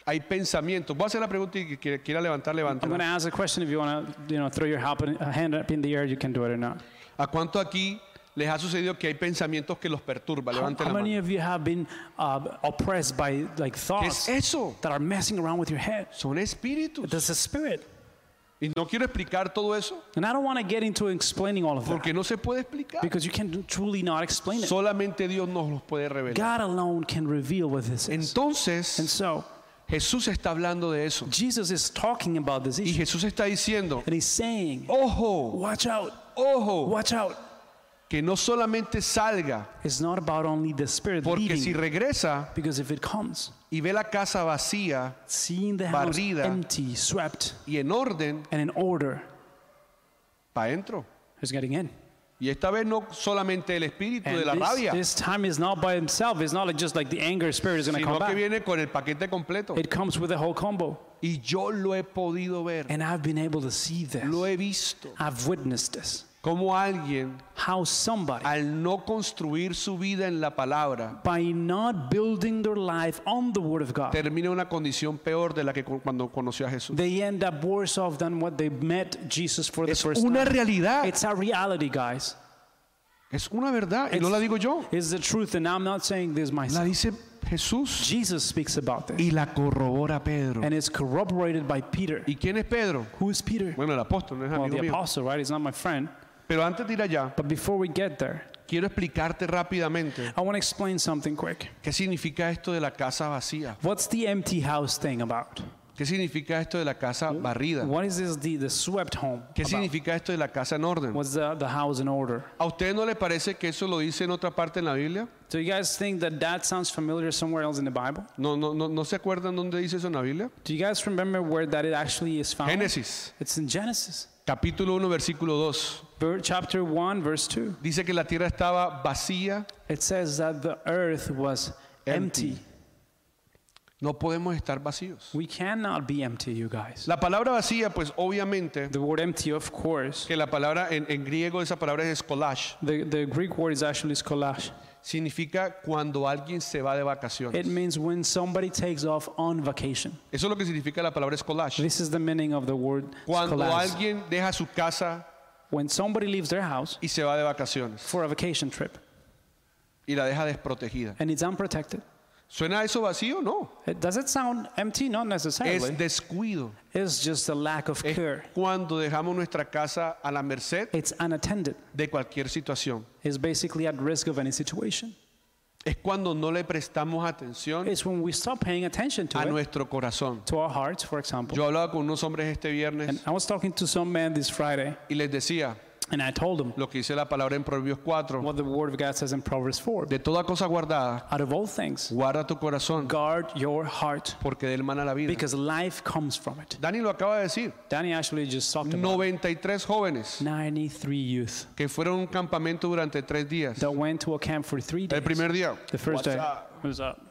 Hay pensamientos. Voy a hacer la pregunta y que quiera- quiera levantar,
I'm going
levántela.
to ask a question. If you want to, you know, throw your hap- hand up in the air, you can do it or not.
¿A cuánto aquí les ha sucedido que hay pensamientos que los perturban?
How,
Levanten
how
la
many
mano.
of you have been uh, oppressed by like
¿Qué
thoughts
es eso?
that are messing around with your head?
Son espíritus.
There's a spirit,
Y no quiero explicar todo eso
and I don't want to get into explaining all of that
porque no se puede explicar.
because you can truly not explain it.
Solamente Dios nos los puede revelar.
God alone can reveal what this is. And
Entonces,
so
Jesús está hablando de eso.
Jesus is talking about this
Y
issue,
Jesús está diciendo,
and he's saying,
ojo,
"Watch out!
ojo,
Watch out!"
que no solamente salga,
It's not about only the spirit
porque si
leading,
regresa
because if it comes,
y ve la casa vacía
seeing the house
Barrida.
empty, swept,
y en orden,
and in order,
para adentro.
is getting in.
Y esta vez no solamente el espíritu
And
de la
this,
rabia,
this time is not by himself. It's not like just like the anger spirit is going to come
sino que
back.
viene con el paquete completo.
It comes with a whole combo.
Y yo lo he podido ver,
And I've been able to see this.
lo he visto,
I've witnessed this.
como alguien
How somebody,
al no construir su vida en la palabra,
by not building their life on the Word of God,
termina en una condición peor de la que cu- cuando conoció a Jesús.
they end up worse off than what they met Jesus for the
Es
first
una
time.
realidad,
It's a reality, guys.
es una verdad, y no la digo yo,
It's the truth, and I'm not saying this
la
myself.
dice Jesús
Jesus speaks about this,
y la corrobora Pedro.
and it's corroborated by Peter.
¿Y quién es Pedro?
Who is Peter?
Bueno, el apóstol, no es
Well,
amigo
the
mío.
apostle, right? He's not my friend.
Pero antes de ir allá,
But before we get there,
quiero explicarte rápidamente
I want to explain something quick.
qué significa esto de la casa vacía,
What's the empty house thing about?
qué significa esto de la casa barrida,
What is this the, the swept home?
qué
about?
significa esto de la casa en orden.
What's the, the house in order?
¿A usted no le parece que eso lo dice en otra parte en la Biblia?
Do you guys think that that sounds familiar somewhere else in the Bible?
¿No, no, no, ¿no se acuerdan dónde dice eso en la Biblia?
Do you guys remember where that it actually is
Ah.
found?
Génesis.
It's in Genesis,
capítulo 1, versículo 2.
ver- chapter 1, verse 2.
Dice que la tierra estaba vacía.
It says that the earth was empty.
Empty. No podemos estar vacíos.
We cannot be empty, you guys.
La palabra vacía, pues obviamente,
The word empty, of course.
que la palabra en, en griego, esa palabra es collage,
The, the Greek word is actually skolash.
significa cuando alguien se va de
It
vacaciones.
means when somebody takes off on vacation.
Eso es lo que significa la palabra collage.
This is the meaning of the word
Cuando
skolas.
alguien deja su casa
When somebody leaves their house
y se va de vacaciones
for a vacation trip
y la deja desprotegida.
and it's unprotected.
¿Suena eso vacío? No.
It- Does it sound empty? Not necessarily.
Es descuido.
It's just a lack of
Es
care.
cuando dejamos nuestra casa a la merced
It's unattended.
de cualquier situación.
It's basically at risk of any situation.
Es cuando no le prestamos atención
It's when we stop paying attention to
a
it,
nuestro corazón.
to our hearts, for example.
Yo hablaba con unos hombres este
And
viernes
I was talking to some man this Friday,
y les decía
and I told him
lo que dice la palabra en Proverbios 4,
what the Word of God says in Proverbs 4.
de toda cosa guardada,
Out of all things,
guarda tu corazón,
guard your heart,
porque del mal a la vida.
because life comes from it.
Dani lo acaba de decir,
Danny actually just talked about
93 jóvenes
93 youth
que fueron a un campamento durante tres días.
that went to a camp for three days.
El primer día
the first day,
WhatsApp.
it was up.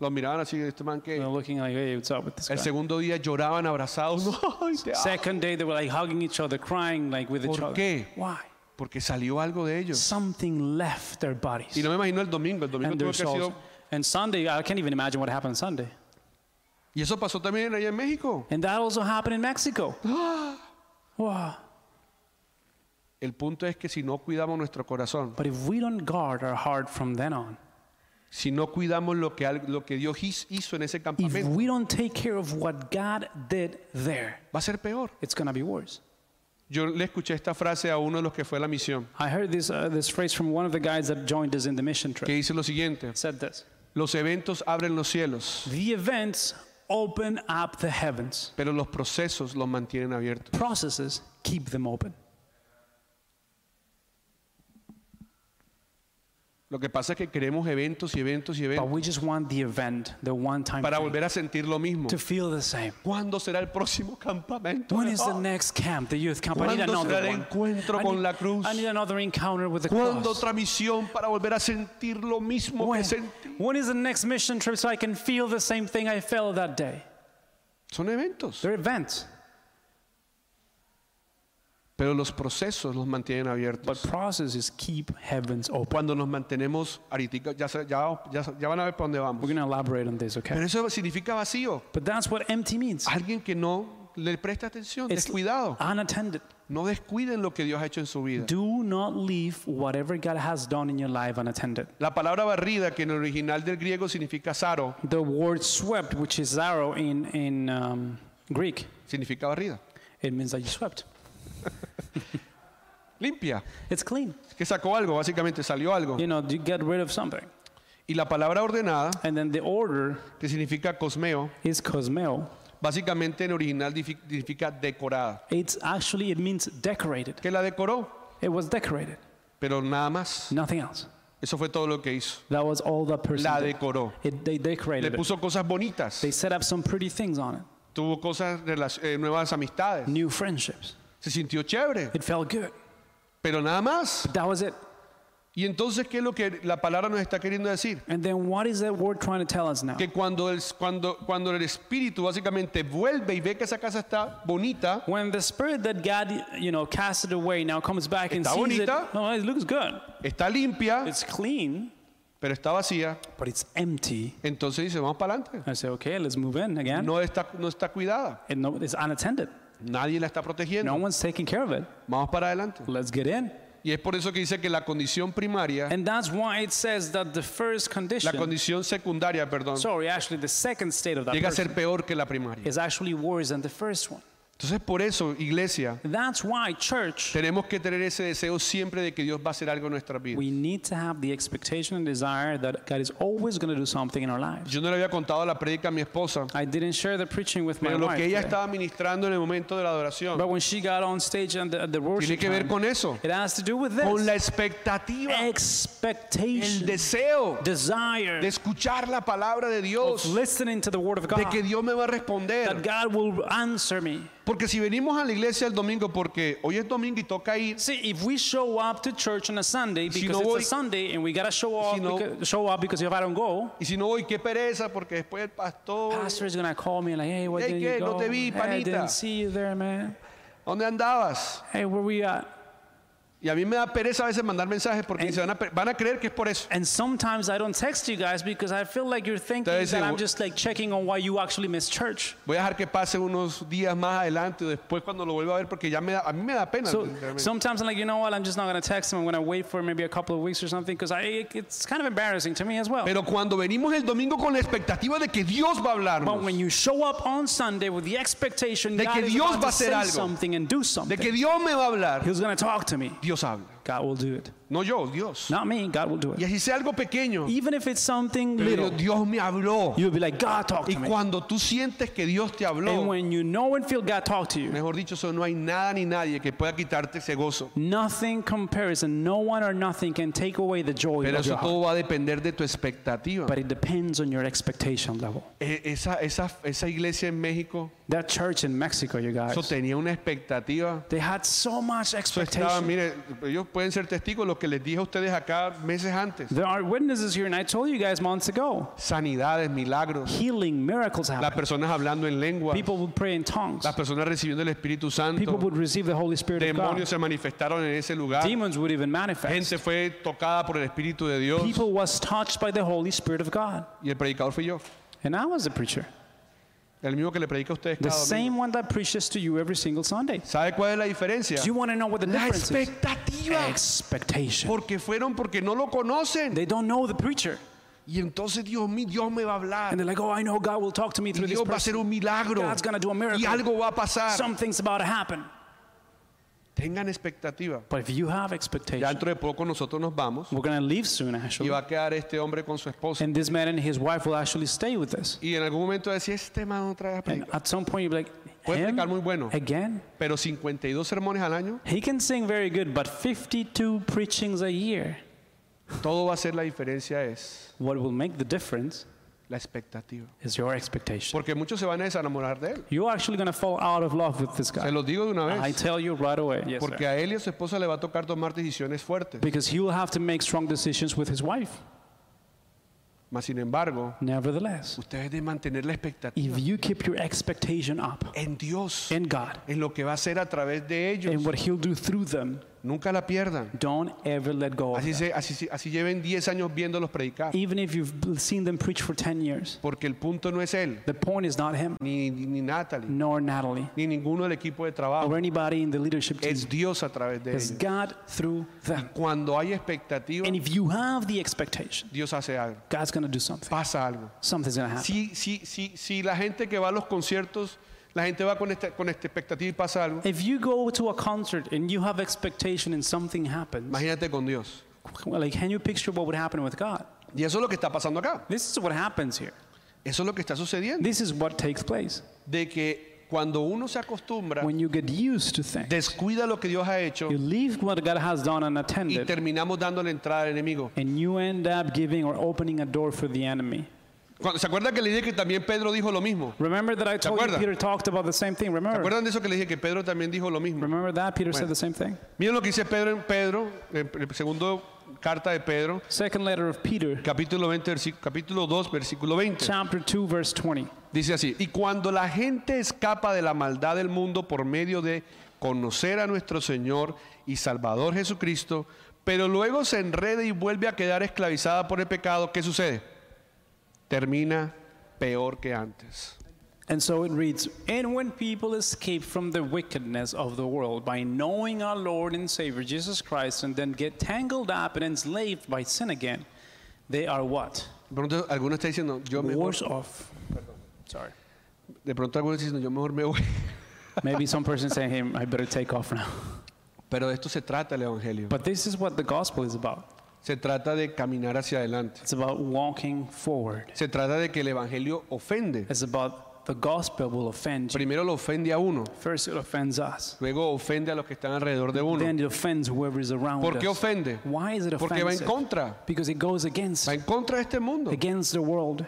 los miraban así, este man
They
que...
were looking like, hey, what's up with this
El
guy?
segundo día lloraban abrazados, no, ay, te amo.
Second day, they were like hugging each other, crying like with each
¿Por
other.
qué?
Why?
porque salió algo de ellos.
Something left their bodies
Y no me imagino el domingo, el domingo
and
tuvo
their
que haber
souls.
sido...
And Sunday, I can't even imagine what happened Sunday.
Y eso pasó también allá en México.
And that also happened in Mexico. wow.
El punto es que si no cuidamos nuestro corazón,
But if we don't guard our heart from then on,
si no cuidamos lo que, al- lo que Dios his- hizo en ese
if
campamento,
we don't take care of what God did there,
va a ser peor.
it's going to be worse.
Yo le escuché esta frase a uno de los que fue a la misión,
I heard this, uh, this phrase from one of the guys that joined us in the mission trip.
que
He
dice lo siguiente,
said this
los eventos abren los cielos,
The events open up the heavens,
pero los procesos los mantienen abiertos.
processes keep them open.
Lo que pasa es que queremos eventos y eventos y
But
eventos
we just want the event, the one time
para volver a sentir lo mismo.
to feel the same.
¿Cuándo será el próximo campamento?
When is the
Ah,
next camp, the youth camp? I need
¿Cuándo será
another
el
one.
encuentro
I
con
need,
la cruz?
I need another encounter with the
¿Cuándo
cross.
otra misión para volver a sentir lo mismo
When,
que sentí?
when is the next mission trip so I can feel the same thing I felt that day?
Son eventos.
They're events.
pero los procesos los mantienen abiertos.
but processes keep heavens open.
Cuando nos mantenemos, ahorita ya, se- ya, ya- ya van a ver para dónde
We're
vamos.
going to elaborate on this, okay?
Pero eso significa vacío.
But that's what empty means.
Alguien que no le presta atención,
It's-
descuidado.
Unattended.
No descuiden lo que Dios ha hecho en su vida.
Do not leave whatever God has done in your life unattended.
La palabra barrida, que en el original del griego significa zaro,
The word swept, which is arrow in, in um, Greek,
significa barrida.
it means that you swept.
Limpia,
It's clean.
que sacó algo, básicamente salió algo.
You know, you get rid of something.
Y la palabra ordenada,
And then the order
que significa cosmeo,
is cosmeo.
básicamente en original difi- significa decorada.
It's actually, it means decorated.
Que la decoró,
It was decorated,
pero nada más.
nothing else.
Eso fue todo lo que hizo.
That was all that person
La
did.
decoró.
It, they
Le
decorated it.
puso cosas bonitas.
They set up some pretty things on it.
Tuvo cosas, relac- eh, nuevas amistades.
New friendships.
Se sintió chévere,
It felt good.
pero nada más.
That was it.
Y entonces, ¿qué es lo que la palabra nos está queriendo decir?
And then what is that word trying to tell us now?
que cuando el, cuando, cuando el espíritu básicamente vuelve y ve que esa casa está bonita,
When the spirit that God, you know, cast it away now comes back and
Está
sees it,
bonita.
no, it looks good.
está limpia,
It's clean,
pero está vacía,
but it's empty.
entonces dice, vamos para adelante.
I say, okay, let's move in again.
No está, no está cuidada,
And no, it's unattended.
nadie la está
No
protegiendo,
one's taking care of it.
vamos para adelante.
Let's get in.
Y es por eso que dice que la condición primaria,
And that's why it says that the first
la
condition,
condición secundaria, perdón,
sorry, actually the second state of that
llega a
person
ser peor que la primaria.
is actually worse than the first one.
Entonces por eso, iglesia,
That's why church,
tenemos que tener ese deseo siempre de que Dios va a hacer algo en nuestras vidas.
we need to have the expectation and desire that God is always going to do something in our lives.
Yo no le había contado la prédica a mi esposa,
I didn't share the preaching with my
pero lo
wife,
que ella
today.
estaba ministrando en el momento de la adoración.
but when she got on stage and the, at the
Tiene
worship
que ver
time,
con eso,
it has to do with this
con la expectativa, el
expectation,
deseo
desire
de escuchar la palabra de
of
Dios,
listening to the word of
de
God,
que Dios me va a
that
responder.
God will answer me.
Porque si venimos a la iglesia el domingo, porque hoy es domingo y toca ir,
See, if we show up to church on a Sunday
Si no
because it's
voy-
a Sunday and we gotta show up,
no-
because, show up because if I don't go,
y si no voy, qué pereza, porque después el pastor,
pastor is gonna call me like, "Hey, what
Hey,
did
¿qué?
you
No
go?
te vi,
hey, I
panita."
didn't see you there, man.
¿dónde andabas?
Hey, where we at?"
Y a mí me da pereza a veces mandar mensajes porque se van a, pe- van a creer que es por eso.
And sometimes I don't text you guys because I feel like you're thinking
Entonces,
that
sí,
I'm
bu-
just like checking on why you actually missed church.
Voy a dejar que pase unos días más adelante o después cuando lo vuelva a ver porque ya me da- a mí me da pena.
So
sinceramente.
sometimes I'm like, you know what? I'm just not gonna text him. I'm gonna wait for maybe a couple of weeks or something because I it's kind of embarrassing to me as well.
Pero cuando venimos el domingo con la expectativa de que Dios va a
But
hablarnos,
when you show up on Sunday with the expectation
De
God
que
is
Dios
about
va a
to
hacer
say
algo.
something and do
de
something,
que Dios me va a hablar,
He's gonna talk to me.
Dios habla.
God will do it.
No yo, Dios.
Not me. God will do
Y
it.
así sea algo pequeño,
Even if it's something
pero
little,
Dios me habló.
you'll be like, God, talk
Y
to me.
cuando tú sientes que Dios te
And
habló,
when you know and feel God talk to you,
mejor dicho, eso no hay nada ni nadie que pueda quitarte ese gozo.
nothing compares, and no one or nothing can take away the joy
Pero
of
eso
your heart.
todo va a depender de tu expectativa.
But it depends on your expectation level.
E- Esa, esa, esa iglesia en México,
That church in Mexico, you guys,
eso tenía una expectativa.
they had so much
Eso estaba,
expectation.
mire, ellos pueden ser testigos de lo que les dije a ustedes acá meses antes.
There are witnesses here, and I told you guys months ago,
Sanidades, milagros,
healing miracles
las
happen.
personas hablando en lengua,
People would pray in tongues.
las personas recibiendo el Espíritu
People
Santo,
would receive the Holy Spirit of
demonios
God.
se manifestaron en ese lugar.
Demons would even manifest.
gente fue tocada por el Espíritu de Dios
People was touched by the Holy Spirit of God.
y el predicador fui yo.
And I was a preacher.
El mismo que le predica a ustedes
The
cada domingo.
same one that preaches to you every single Sunday.
¿Sabe cuál es la diferencia?
Do you want to know what the
La
difference is?
expectativa.
Expectation.
Porque fueron porque no lo conocen.
They don't know the preacher.
Y entonces Dios mi Dios me va a hablar.
And they're like, oh, I know God will talk to me
Y
through this
Dios va a hacer
person.
un milagro.
God's gonna do a miracle.
Y algo va a pasar.
Something's about to happen.
Tengan expectativa.
But if you have
Ya
expectation,
dentro de poco nosotros nos vamos
we're going to leave soon,
y
actually.
va a quedar este hombre con su esposa.
And this man and his wife will actually stay with us.
Y en algún momento va a decir, este man otra vez
And
predica".
at some point, you'll be
Puede
like, him
predicar muy bueno,
again?
pero 52 sermones al año,
He can sing very good, but 52 preachings a year.
todo va a ser la diferencia es
What will make the difference
la expectativa.
is your expectation.
Porque muchos se van a desenamorar de él.
You're actually going to fall out of love with this
Se
guy.
los digo de una
I
vez.
tell you right away. Yes,
Porque
sir.
a él y a su esposa le va a tocar tomar decisiones fuertes.
Because he will have to make strong decisions with his wife.
Mas sin embargo,
Nevertheless,
ustedes deben mantener la expectativa
if you keep your expectation up
en Dios,
in God
en lo que va a hacer a través de ellos.
and what He'll do through them,
Nunca la pierdan.
don't ever let go. Of
Así,
that.
se- así, se- así lleven 10 años viéndolos predicar.
Even if you've seen them preach for 10 years,
Porque el punto no es él,
the point is not Him
ni, ni ni Natalie,
nor Natalie
ni ninguno del equipo de trabajo.
or anybody in the leadership team.
Es Dios a través de
It's
ellos.
God through them.
Cuando hay expectativa,
And if you have the expectation,
Dios hace algo.
God's going to do something.
Pasa algo.
Something's going to happen.
Si, si, si, si la gente que va a los conciertos, la gente va con esta, con esta expectativa y pasa algo,
If you go to a concert and you have expectation and something happens,
imagínate con Dios.
like can you picture what would happen with God?
Y eso es lo que está pasando acá.
This is what happens here.
Eso es lo que está sucediendo.
This is what takes place.
De que cuando uno se acostumbra,
When you get used to things,
descuida lo que Dios ha hecho
you leave what God has done
y
unattended,
terminamos dándole entrada al enemigo.
and you end up giving or opening a door for the enemy.
Cuando- ¿Se acuerdan que le dije que también Pedro dijo lo mismo?
Remember that I told you
acuerdan?
Peter talked about the same thing.
¿Se
Remember?
acuerdan de eso que le dije que Pedro también dijo lo mismo?
Remember that Peter
Bueno.
said the same thing.
Miren lo que dice Pedro en Pedro, en el segundo carta de Pedro,
Second letter of Peter,
capítulo, 20, versi- capítulo 2, versículo 20.
chapter 2 verse 20.
Dice así, y cuando la gente escapa de la maldad del mundo por medio de conocer a nuestro Señor y Salvador Jesucristo, pero luego se enreda y vuelve a quedar esclavizada por el pecado, ¿qué sucede? Termina peor que antes.
And so it reads, And when people escape from the wickedness of the world by knowing our Lord and Savior Jesus Christ and then get tangled up and enslaved by sin again, they are what?
De pronto alguno está diciendo, yo mejor,
Worse off. Sorry.
de pronto alguno está diciendo, yo mejor me voy.
Maybe some person saying, Hey, I better take off now.
Pero de esto se trata el Evangelio.
But this is what the gospel is about
Se trata de caminar hacia adelante.
it's about walking forward,
Se trata de que el Evangelio ofende.
it's about the gospel will offend you.
Primero lo ofende a uno,
First, it offends us.
luego ofende a los que están alrededor de uno.
Then it offends whoever is around
¿Por qué
us.
ofende?
Why is it
Porque va en
offensive?
contra.
Because it goes against,
Va en contra de este mundo.
against the world.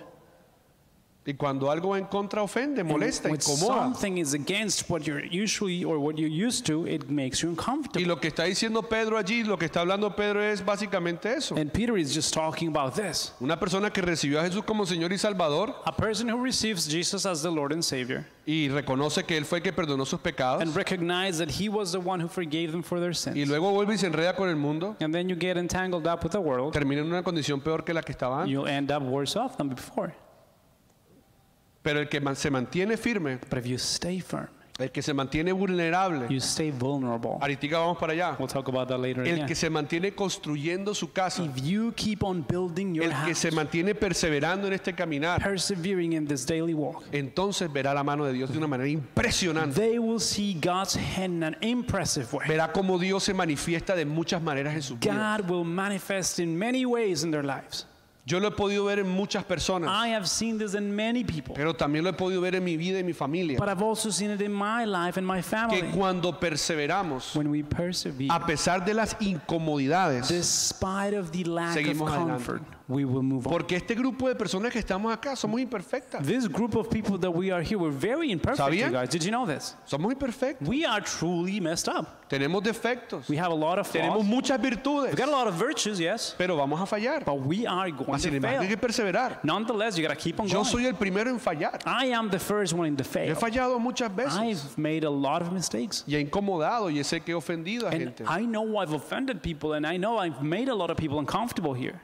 Y cuando algo va en contra, ofende,
And
molesta,
when
incomoda.
something is against what you're usually or what you're used to, it makes you
Y
uncomfortable.
lo que está diciendo Pedro allí, lo que está hablando Pedro es básicamente eso.
And Peter is just talking about this.
Una persona que recibió a Jesús como Señor y Salvador
A person who receives Jesus as the Lord and Savior
y reconoce que Él fue el que perdonó sus pecados
and recognize that he was the one who forgave them for their
y
sins.
luego vuelve y se enreda con el mundo,
And then you get entangled up with the world,
termina en una condición peor que la que estaba antes.
you'll end up worse off than before.
Pero el que man- se mantiene firme,
But if you stay firm,
el que se mantiene vulnerable,
you stay vulnerable.
ahorita vamos para allá,
We'll talk about that later
el
again.
que se mantiene construyendo su casa,
If you keep on building your
el que
house,
se mantiene perseverando en este caminar,
persevering in this daily walk,
entonces verá la mano de Dios de una manera impresionante.
they will see God's hand in an impressive way.
Verá cómo Dios se manifiesta de muchas maneras en su vida.
God will manifest in many ways in their lives.
Yo lo he podido ver en muchas personas,
I have seen this in many people,
pero también lo he podido ver en mi vida y mi familia.
but I've also seen it in my life and
Que
my family.
cuando perseveramos,
When we persevere,
a pesar de las incomodidades,
despite of the lack of
Seguimos adelante.
comfort, we will move on.
porque este grupo de personas que estamos acá somos imperfectas.
This group of people that we are here, we're very imperfect, you
¿Sabían?
guys. Did you know this?
Somos imperfectos.
We are truly messed up.
Tenemos defectos.
We have a lot of
Tenemos
flaws.
muchas virtudes.
We got a lot of virtues, yes,
Pero vamos a fallar.
but we are going
Mas, Sin
to
embargo, hay
fail.
que perseverar.
Nonetheless, you got to keep on
Yo
going.
soy el primero en fallar.
I am the first one
Yo
to
he
fail.
fallado muchas veces.
I've made a lot of mistakes.
Y he incomodado y sé que he ofendido a
And
gente.
I know I've offended people, and I know I've made a lot of people uncomfortable here.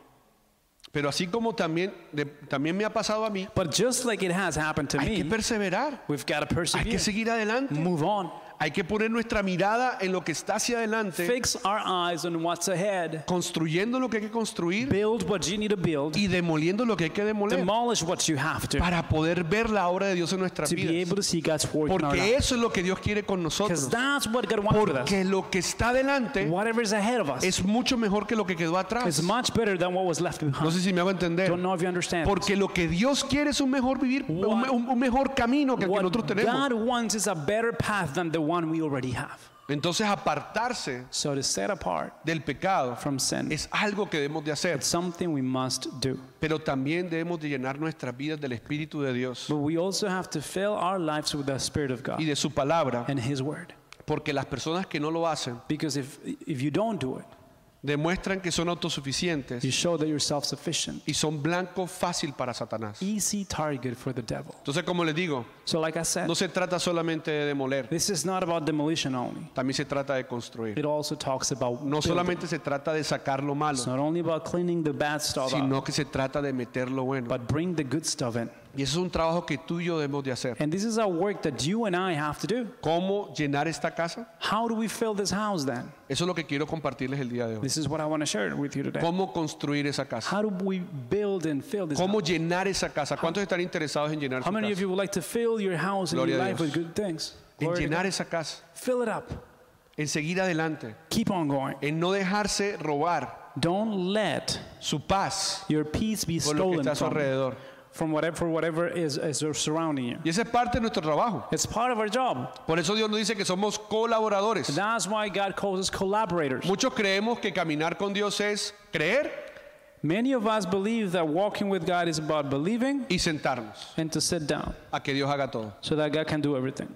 Pero así como también, de- también me ha pasado a mí,
But just like it has happened to
hay que
me,
perseverar,
we've got
hay
to
que
persevere,
seguir adelante,
move on,
hay que poner nuestra mirada en lo que está hacia adelante,
fix our eyes on what's ahead,
construyendo lo que hay que construir
build what you need to build,
y demoliendo lo que hay que demoler
demolish what you have to,
para poder ver la obra de Dios en nuestras
to be
vidas.
able to see God's work in our
Porque
life.
eso es lo pues, que Dios quiere con
Because
nosotros.
that's what God wants with us.
Porque lo que está adelante
Whatever's ahead of us
es mucho mejor que lo que quedó
is
atrás.
much better than what was left
No
behind.
sé si me hago entender.
Don't know if you understand.
Porque lo que Dios quiere es un mejor vivir, un,
What-
un- un mejor camino que el que
What
nosotros tenemos.
God wants is a better path than the one we already have.
Entonces apartarse
So to set apart
del pecado
from sin
es algo que debemos de hacer,
It's something we must do.
pero también debemos de llenar nuestras vidas del Espíritu de Dios
But we also have to fill our lives with the Spirit of
y
God
de su palabra,
and His Word.
porque las personas que no lo hacen
Because if, if you don't do it,
demuestran que son autosuficientes
You show that you're self sufficient,
y son blanco fácil para Satanás.
easy target for the devil.
Entonces, como les digo,
So, like I said,
no se trata solamente de demoler,
this is not about demolition only,
también se trata de construir.
it also talks about
No
building.
solamente se trata de sacar lo malo,
It's not only about cleaning the bad stuff out,
sino que se trata de meter lo bueno.
but bring the good stuff in.
Y eso es un trabajo que tú y yo debemos de hacer.
And this is our work that you and I have to do.
¿Cómo llenar esta casa?
How do we fill this house then?
Eso es lo que quiero compartirles el día de hoy.
This is what I want to share with you today.
¿Cómo construir esa casa?
How do we build and fill this house?
¿Cómo llenar esa casa? ¿Cuántos están interesados en llenar
How
su
many of
casa?
you would like to fill your house and
Gloria
your
a
life
Dios.
with good things?
En
Glory to
llenar
God.
esa casa,
Fill it up.
en seguir adelante,
Keep on going.
en no dejarse robar
Don't let
su paz
your peace be
por lo que
stolen
está a su
from,
alrededor.
from whatever, for whatever is, is surrounding you.
Y esa es parte de nuestro trabajo.
It's part of our job.
Por eso Dios nos dice que somos colaboradores.
That's why God calls us collaborators.
Muchos creemos que caminar con Dios es creer
Many of us believe that walking with God is about believing
y sentarnos
and to sit down
a que Dios haga todo.
so that God can do everything.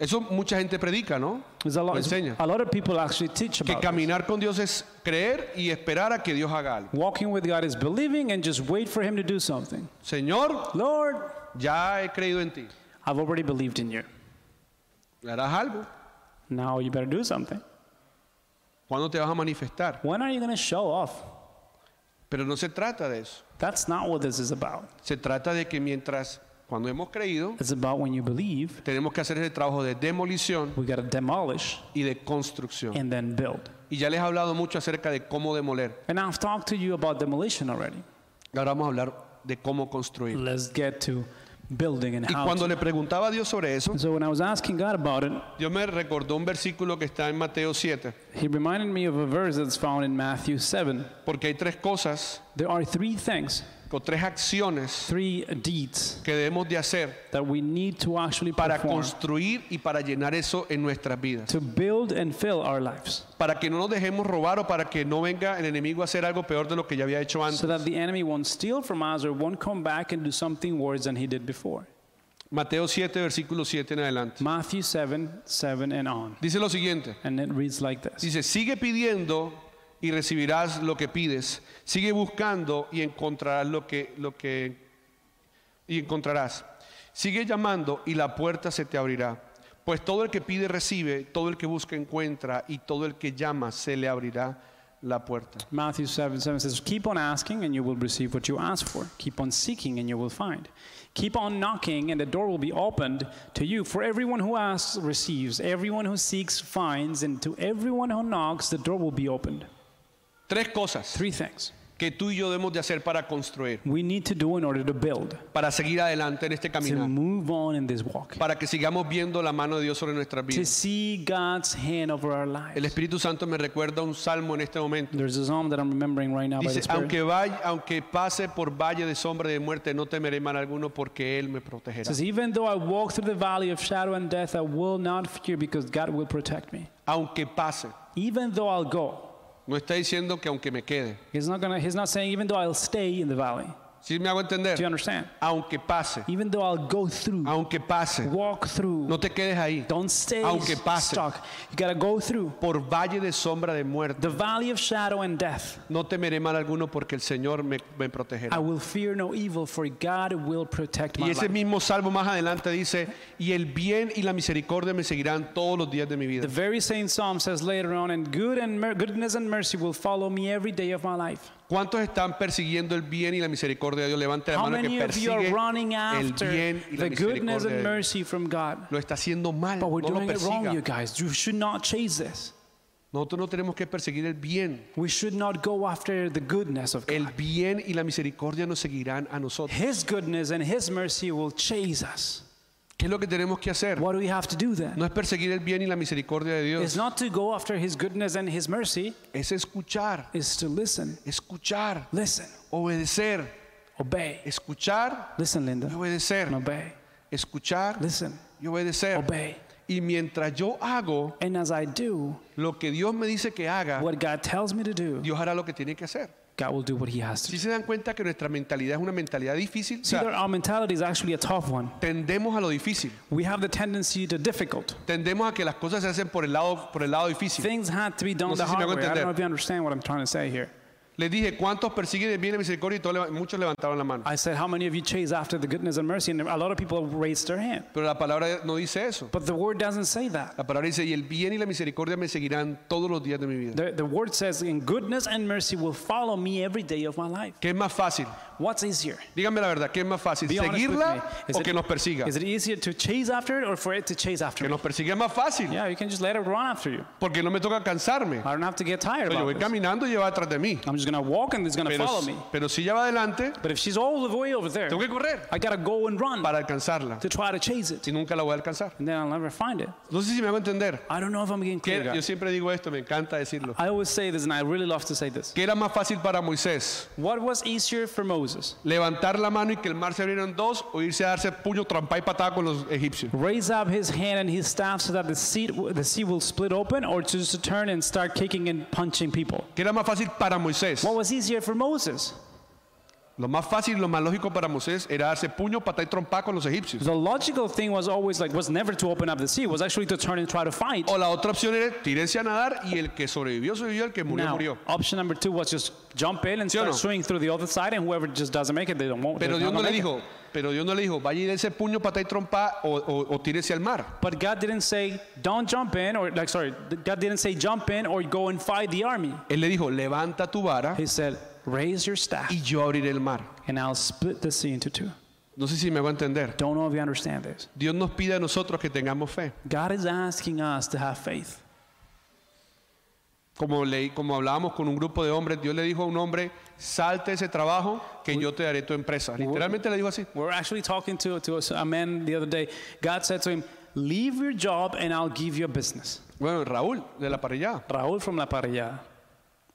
Eso mucha gente predica, ¿no?
There's a
Lo
lot,
enseña.
a lot of people actually teach
Que
about this.
caminar con Dios es creer y esperar a que Dios haga algo.
Walking with God is believing and just wait for Him to do something.
Señor,
Lord,
ya he creído en ti.
I've already believed in you.
¿Le harás algo?
Now you better do something.
¿Cuándo te vas a manifestar?
When are you going to show off?
Pero no se trata de eso.
That's not what this is about.
Se trata de que mientras, cuando hemos creído,
It's about when you believe,
tenemos que hacer ese trabajo de demolición
we got to demolish
y de construcción.
and then build.
Y ya les he hablado mucho acerca de cómo demoler.
And I've talked to you about demolition already.
Ahora vamos a hablar de cómo construir.
Let's get to building and
Y
how.
cuando
to-
le preguntaba a Dios sobre eso,
So when I was asking God about it,
Dios me recordó un versículo que está en Mateo 7,
He reminded me of a verse that's found in Matthew 7.
porque hay tres cosas
There are three things,
o tres acciones
three deeds
que debemos de hacer
that we need to actually
para
perform
construir y para llenar eso en nuestras vidas.
to build and fill our lives
Para que no nos dejemos robar o para que no venga el enemigo a hacer algo peor de lo que ya había hecho antes.
so that the enemy won't steal from us or won't come back and do something worse than he did before.
Mateo 7, versículo 7 en adelante.
Matthew 7 7 and on.
Dice lo siguiente.
And it reads like this
Dice, sigue pidiendo y recibirás lo que pides. Sigue buscando y encontrarás lo que, lo que y encontrarás. Sigue llamando y la puerta se te abrirá. Pues todo el que pide recibe, todo el que busca encuentra y todo el que llama se le abrirá la puerta.
Matthew 7 7 says, Keep on asking and you will receive what you ask for. Keep on seeking and you will find. Keep on knocking and the door will be opened to you. For everyone who asks receives, everyone who seeks finds, and to everyone who knocks, the door will be opened.
Tres cosas
Three things
que tú y yo debemos de hacer para construir,
we need to do in order to build,
para seguir adelante en este
to
camino,
move on in this walk.
para que sigamos viendo la mano de Dios sobre nuestras
to
vidas.
see God's hand over our
El
lives.
Espíritu Santo me recuerda un salmo en este momento.
There's a psalm that I'm remembering right now by
Dice,
the Spirit.
aunque, vaya, aunque pase por valle de sombra y de muerte, no temeré mal alguno porque Él me
It
protegerá.
says, Even though I walk through the valley of shadow and death, I will not fear because God will protect me.
Aunque pase,
Even though I'll go.
no está diciendo que aunque me quede.
He's not, gonna, he's not saying, even though I'll stay in the valley.
¿Sí me hago
Do you
entender?
understand?
Aunque pase,
Even though I'll go through,
aunque pase,
walk through,
no te quedes ahí.
don't stay
aunque pase.
stuck. You gotta go through
Por valle de sombra de muerte,
the valley of shadow and death.
no temeré mal alguno porque el Señor me, me
I
protegerá.
will fear no evil, for God will protect my
Y ese
life.
mismo salmo más adelante dice, y el bien y la misericordia me seguirán todos los días de mi vida.
The very same psalm says later on, and good and mer- goodness and mercy will follow me every day of my life.
¿Cuántos están persiguiendo el bien y la misericordia de Dios? Levante la
How
mano que
many of you are
persigue
running
el
after
bien y la
the goodness
misericordia de
and
Dios.
mercy from God?
Lo está haciendo mal,
But
no
we're
lo
doing it wrong, you
persiga.
guys. You should not chase this.
Nosotros no tenemos que perseguir el bien.
We should not go after the goodness of
El
God.
bien y la misericordia nos seguirán a nosotros.
His goodness and His mercy will chase us.
¿Qué es lo que tenemos que hacer?
What do we have to do then?
No es perseguir el bien y la misericordia de
It's
Dios,
not to go after His goodness and His mercy,
es escuchar,
it's to listen.
escuchar,
Listen,
obedecer,
obey.
escuchar
Listen,
y
Linda,
obedecer,
and obey.
escuchar
Listen,
y obedecer.
obey.
Y mientras yo hago
And as I do
lo que Dios me dice que haga,
what God tells me to do,
Dios hará lo que tiene que hacer.
God will do what He has to
Si
do.
se dan cuenta que nuestra mentalidad es una mentalidad difícil, O
See,
sea,
that our mentality is actually a tough one.
tendemos a lo difícil.
We have the tendency to difficult.
Tendemos a que las cosas se hacen por el lado, por el lado difícil.
Things had to be done
No sé
the
si me
hard
hago
way. I don't know
entender.
if you understand what I'm trying to say here.
Les dije, ¿cuántos persiguen el bien y la misericordia? Y todos leva- muchos levantaron la mano.
I said, How many of you chase after the goodness and mercy? And a lot of people raised their hand.
Pero la palabra no dice eso.
But the word doesn't say that.
La palabra dice, y el bien y la misericordia me seguirán todos los días de mi vida.
The, the word says, In goodness and mercy will follow me every day of my life.
¿Qué es más fácil?
What's easier?
Díganme la verdad, ¿qué es más fácil?
Be honest with me.
¿Seguirla
Is
o
it-
que nos persiga?
Is it easier to chase after it or for it to chase
Que
after me?
nos persiga es más fácil,
Yeah, you can just let it run after you.
porque no me toca cansarme.
I don't have to get tired
Yo voy
about this.
caminando y ella va atrás de mí.
I'm just going to walk and it's going to
Pero,
follow me.
pero si ella va adelante,
But if she's all the way over there,
tengo que correr
I got to go and run
para alcanzarla.
to try to chase it.
Si nunca la voy a alcanzar.
And then I'll never find it.
No sé si me hago entender.
I don't know if I'm getting
Que-
clear. guys.
yo siempre digo esto, me encanta decirlo.
I always say this, and I really love to say this.
¿Qué era más fácil para Moisés?
What was easier for Moses?
¿Levantar la mano y que el mar se abriera en dos o irse a darse puño, trampa y patada con los egipcios?
Raise up his hand and his staff so that the sea, the sea will split open, or to just turn and start kicking and punching people?
¿Qué era más fácil para Moisés?
What was easier for Moses?
Lo más fácil, lo más lógico para Moisés era darse puño, patada y trompa con los egipcios.
The logical thing was always like was never to open up the sea. Was actually to turn and try to fight.
O la otra opción era tírense a nadar y el que sobrevivió, sobrevivió, el que murió,
Now,
murió.
option number two was just jump in and
¿Sí o
start
no?
swimming through the other side, and whoever just doesn't make it, they don't want.
Pero
they're
Dios no
not
le
gonna make it.
dijo, pero Dios no le dijo, vaya y ese puño, patada y trompa o, o- o tírese al mar.
But God didn't say don't jump in, or like sorry, God didn't say jump in or go and fight the army.
Él le dijo, levanta tu vara
He said raise your staff.
y yo abriré el mar.
and I'll split the sea into two.
No sé si me hago entender.
Don't know if you understand this.
Dios nos pide a nosotros que tengamos fe.
God is asking us to have faith.
Como, leí, como hablábamos con un grupo de hombres, Dios le dijo a un hombre, salte ese trabajo que yo te daré tu empresa. Literalmente le dijo así.
We're actually talking to, to a man the other day. God said to him, Leave your job and I'll give you a business.
Bueno, Raúl, de la parrillada.
Raul from La Parrilla.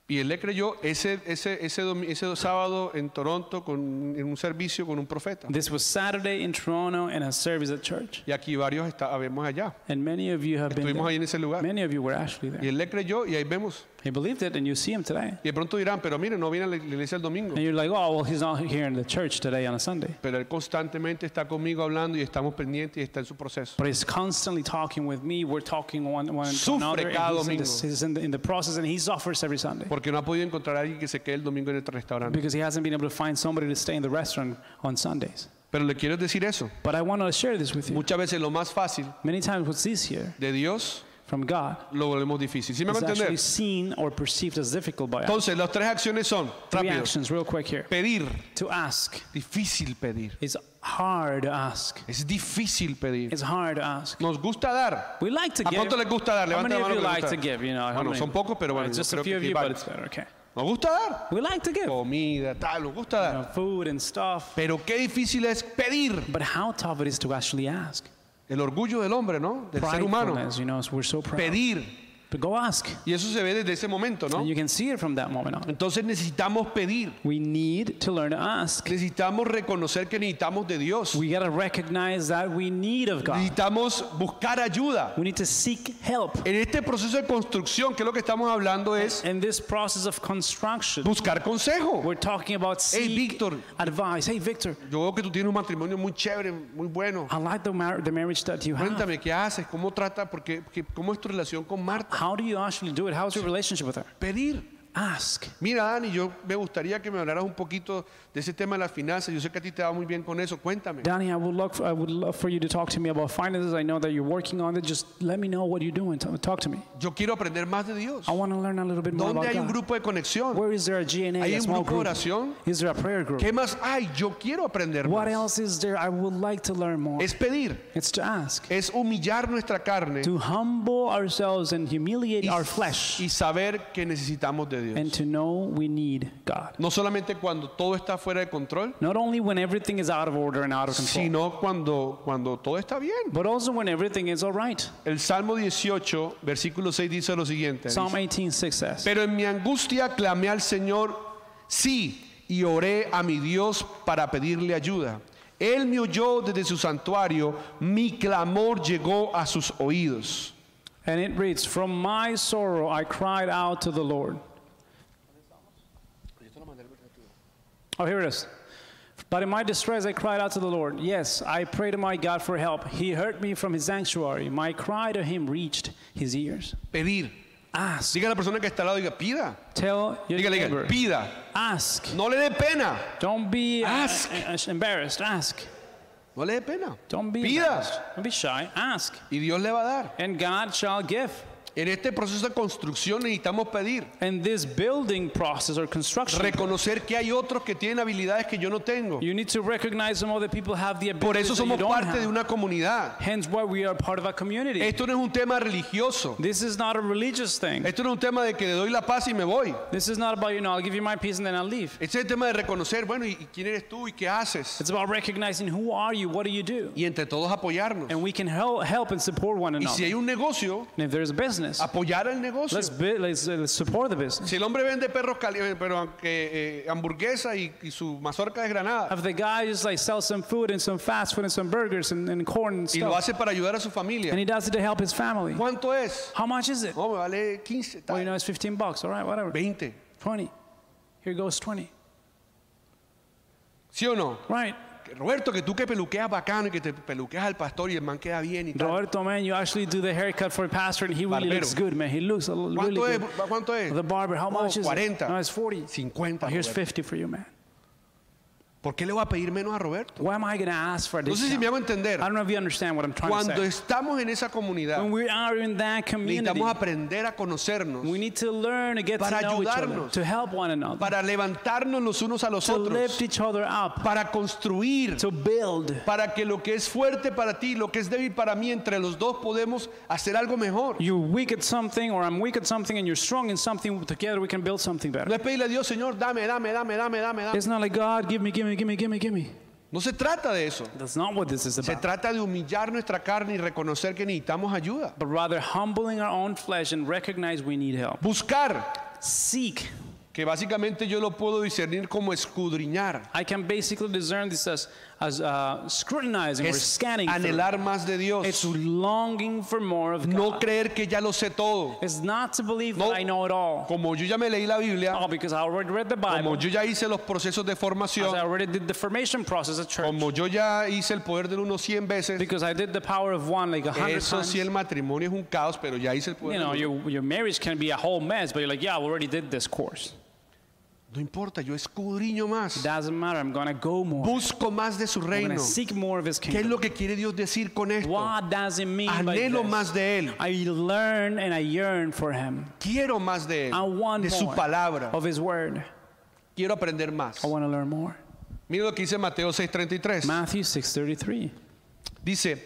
Y él le creyó ese, ese, ese, domi- ese sábado en Toronto con, en un servicio con un profeta.
This was Saturday in Toronto and a service at church.
Y aquí varios está, habemos allá.
And many of you have been
Estuvimos ahí en
there.
ese lugar.
Many of you were actually
Y
there.
él le creyó y ahí vemos.
He believed it and you see him today.
Y de pronto dirán, pero mire, no viene a la iglesia el domingo.
And you're like, oh, well, he's not here in the church today on a Sunday.
Pero él constantemente está conmigo hablando y estamos pendientes y está en su proceso.
But he's constantly talking with me. We're talking one, one to
Sufre
another. and
cada
he's in,
domingo.
the, he's in the- in the process and he suffers every Sunday.
Porque no ha podido encontrar a alguien que se quede el domingo en el restaurante.
because he hasn't been able to find somebody to stay in the restaurant on Sundays.
Pero le quiero decir eso.
But I want to share this with you.
Muchas veces lo más fácil
Many times what's easier
de Dios
from God
lo volvemos difícil. ¿Sí me
is
van a
actually
entender?
seen or perceived as difficult by us.
Entonces, las tres acciones son,
Three
rápido,
actions, real quick here.
pedir.
To ask.
Difícil pedir.
It's hard to ask.
Es difícil pedir.
It's hard to ask.
Nos gusta dar.
We like to
¿A
give.
cuánto les gusta dar?
How
Levanta
many
la
of
mano
you
que les
like
gusta
to give? You know, how
Bueno,
many?
son pocos, pero bueno,
Alright,
yo
just a
creo
few
que Oh. aquí hay
of you, but
varios.
it's better. Okay.
Nos gusta dar.
We like to give
Comida, tal, nos gusta
You know,
dar.
food and stuff.
Pero qué difícil es pedir.
But how tough it is to actually ask.
El orgullo del hombre, ¿no? Del ser humano.
Pridefulness, you know, we're so proud.
Pedir.
But go ask.
Y eso se ve desde ese momento, ¿no?
And you can see it from that moment on.
Entonces necesitamos pedir.
We need to learn to ask.
Necesitamos reconocer que necesitamos de Dios.
We got to recognize that we need of God.
Necesitamos buscar ayuda.
We need to seek help.
En este proceso de construcción, que es lo que estamos hablando es
In this process of construction,
buscar consejo.
we're talking about
Hey,
seek
Victor.
advice. Hey, Victor,
Yo veo que tú tienes un matrimonio muy chévere, muy bueno.
I like the, mar- the marriage that you have.
Cuéntame qué haces, cómo trata, porque cómo es tu relación con Marta.
How do you actually do it? How's your relationship with her?
Pedir.
Ask.
Mira, Dani, yo me gustaría que me hablaras un poquito de ese tema de las finanzas. Yo sé que a ti te va muy bien con eso. Cuéntame.
Danny, I would, love, I would love for you to talk to me about finances. I know that you're working on it. Just let me know what you're doing. T- Talk to me.
Yo quiero aprender más de Dios.
I want to learn a little bit more
¿Dónde
about
hay un
God.
grupo de conexión?
Where is there a GNA,
¿Hay
a
un
small
grupo
group?
de oración?
Is there a prayer group?
¿Qué más hay? Yo quiero aprender
What
más.
else is there? I would like to learn more.
Es pedir,
It's to ask.
es humillar nuestra carne
To humble ourselves and humiliate
y,
our flesh.
y saber que necesitamos de Dios.
And to know we need God.
No solamente cuando todo está fuera de control,
Not only when everything is out of order and out of control,
sino cuando, cuando todo está bien.
but also when everything is all right.
El Salmo 18, versículo 6 dice lo siguiente.
Psalm
dice,
18:6 says,
Pero en mi angustia clamé al Señor, sí, y oré a mi Dios para pedirle ayuda. Él me oyó desde su santuario, mi clamor llegó a sus oídos.
and it reads, From my sorrow I cried out to the Lord. Oh, here it is. But in my distress, I cried out to the Lord. Yes, I prayed to my God for help. He heard me from his sanctuary. My cry to him reached his ears.
Pedir.
Ask.
Diga a la persona que está al lado, diga, pida.
Tell your
Dígale,
neighbor.
diga, pida.
Ask.
No le dé pena.
Don't be uh,
Ask.
uh, uh, embarrassed. Ask.
No le dé pena.
Don't be embarrassed.
Pida.
Don't be shy. Ask.
Y Dios le va a dar.
And God shall give.
En este proceso de construcción necesitamos pedir.
In this building process or construction,
Reconocer que hay otros que tienen habilidades que yo no tengo.
you need to recognize some other people have the
Por
abilities
eso
that you
somos
don't
parte
have.
de una comunidad.
Hence why we are part of a community.
Esto no es un tema religioso.
this is not a religious thing.
Esto no es un tema de que le doy la paz y me voy.
this is not about, you know, I'll give you my piece and then I'll leave.
Este es el tema de reconocer, bueno, ¿y y quién eres tú y qué haces?
It's about recognizing who are you, what do you do?
Y entre todos apoyarnos.
And we can help, help and support one
Y
another.
si hay Ah, un negocio,
and if there's a business,
apoyar el negocio.
let's, bu- let's, uh, let's support the business.
Si el hombre vende perros calientes, pero aunque eh, hamburguesa y, y su mazorca de granada
If the guy just like sells some food and some fast food and some burgers and, and corn and
y lo
stuff,
hace para ayudar a su
and
familia,
he does it to help his family,
¿cuánto es?
how much is it?
No, me vale 15, tal,
Well, you know, it's 15 bucks. All right, whatever.
20.
20. Here goes 20.
¿Sí o no?
Right.
Que, Roberto, que tú que peluqueas bacano y que te peluqueas al pastor y el man queda bien y tal.
Roberto, man, you actually do the haircut for a pastor, and he really
Barbero.
looks good, man. He looks a l- really
¿Cuánto es?
good.
¿Cuánto es?
The barber, how
No,
much is it?
40.
No, it's 40.
50.
Oh, here's
Roberto.
50 for you, man.
¿Por qué le voy a pedir menos a Roberto?
Why am I going to ask for
No
this?
sé si me hago entender.
I don't know if you understand what I'm trying
Cuando
to say.
estamos en esa comunidad,
When we are in that community,
necesitamos aprender a conocernos
we need to learn to get to
Para
know each other,
ayudarnos.
to help one another,
para levantarnos los unos a los
to
otros,
lift each other up,
para construir
to build.
para que lo que es fuerte para ti, lo que es débil para mí, entre los dos podemos hacer algo mejor.
You're weak at something, or I'm weak at something, and you're strong in something. Together, we can build something better.
No es pedirle a Dios, Señor, dame, dame, dame, dame, dame, dame.
It's not like God, give me, give me, give me, give me, give me.
No se trata de eso.
That's not what this is
Se
about.
trata de humillar nuestra carne y reconocer que necesitamos ayuda.
But rather humbling our own flesh and recognize we need help.
Buscar,
Seek.
que básicamente yo lo puedo discernir como escudriñar,
I can basically discern this as, as uh, scrutinizing
que
or
es
scanning. through.
anhelar más de
It's
Dios.
longing for more of
No
God.
creer que ya lo sé todo.
It's not to believe
No.
that I know it all.
Como yo ya me leí la Biblia,
Oh, because I already read the
como
Bible.
yo ya hice los procesos de
As I
formación,
already did the formation process at church.
como yo ya hice el poder del uno 100 veces,
Because I did the power of one like a hundred
Eso
times.
sí, el matrimonio es un caos, pero ya hice el
You
poder.
know,
del uno.
your, your marriage can be a whole mess, but you're like, yeah, I already did this course.
no importa, yo escudriño más.
Doesn't matter. I'm going to go more.
Busco más de su
I'm going
reino.
to seek more of his
¿Qué es
kingdom.
lo que quiere Dios decir con esto?
What does it mean by
Anhelo
this?
más de Él.
I learn and I yearn for him.
Quiero más de
I
Él,
want
de su
more
palabra.
of his word.
Quiero aprender más.
I want to learn more.
Mira lo que dice Mateo 6:33.
Matthew 6:33.
Dice,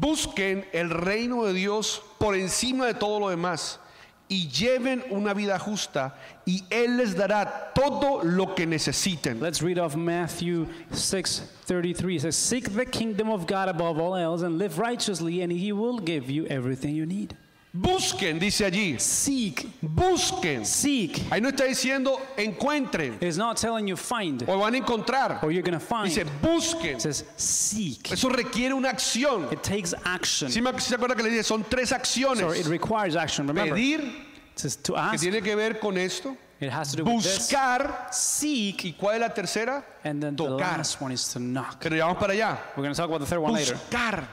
busquen el reino de Dios por encima de todo lo demás y lleven una vida justa y Él les dará todo lo que necesiten.
Let's read off Matthew 6:33. It says, "Seek the kingdom of God above all else and live righteously, and he will give you everything you need."
Busquen, dice allí.
Seek,
Busquen.
seek.
Ahí no está diciendo encuentren
It's not telling you find
o van a encontrar.
or you're going to find.
Dice
It
busquen.
says seek.
Eso requiere una acción.
It takes action.
¿Sí, me- sí se acuerda que le dije? Son tres
So it
acciones.
requires action. Remember, it
Pedir,
says to
que
ask.
tiene que ver con esto.
It has to do with this.
Buscar.
Seek.
¿Y cuál es la tercera?
And then the
Tocar.
last one is to knock.
Pero ya vamos para allá.
We're going to talk about the third one later.
Buscar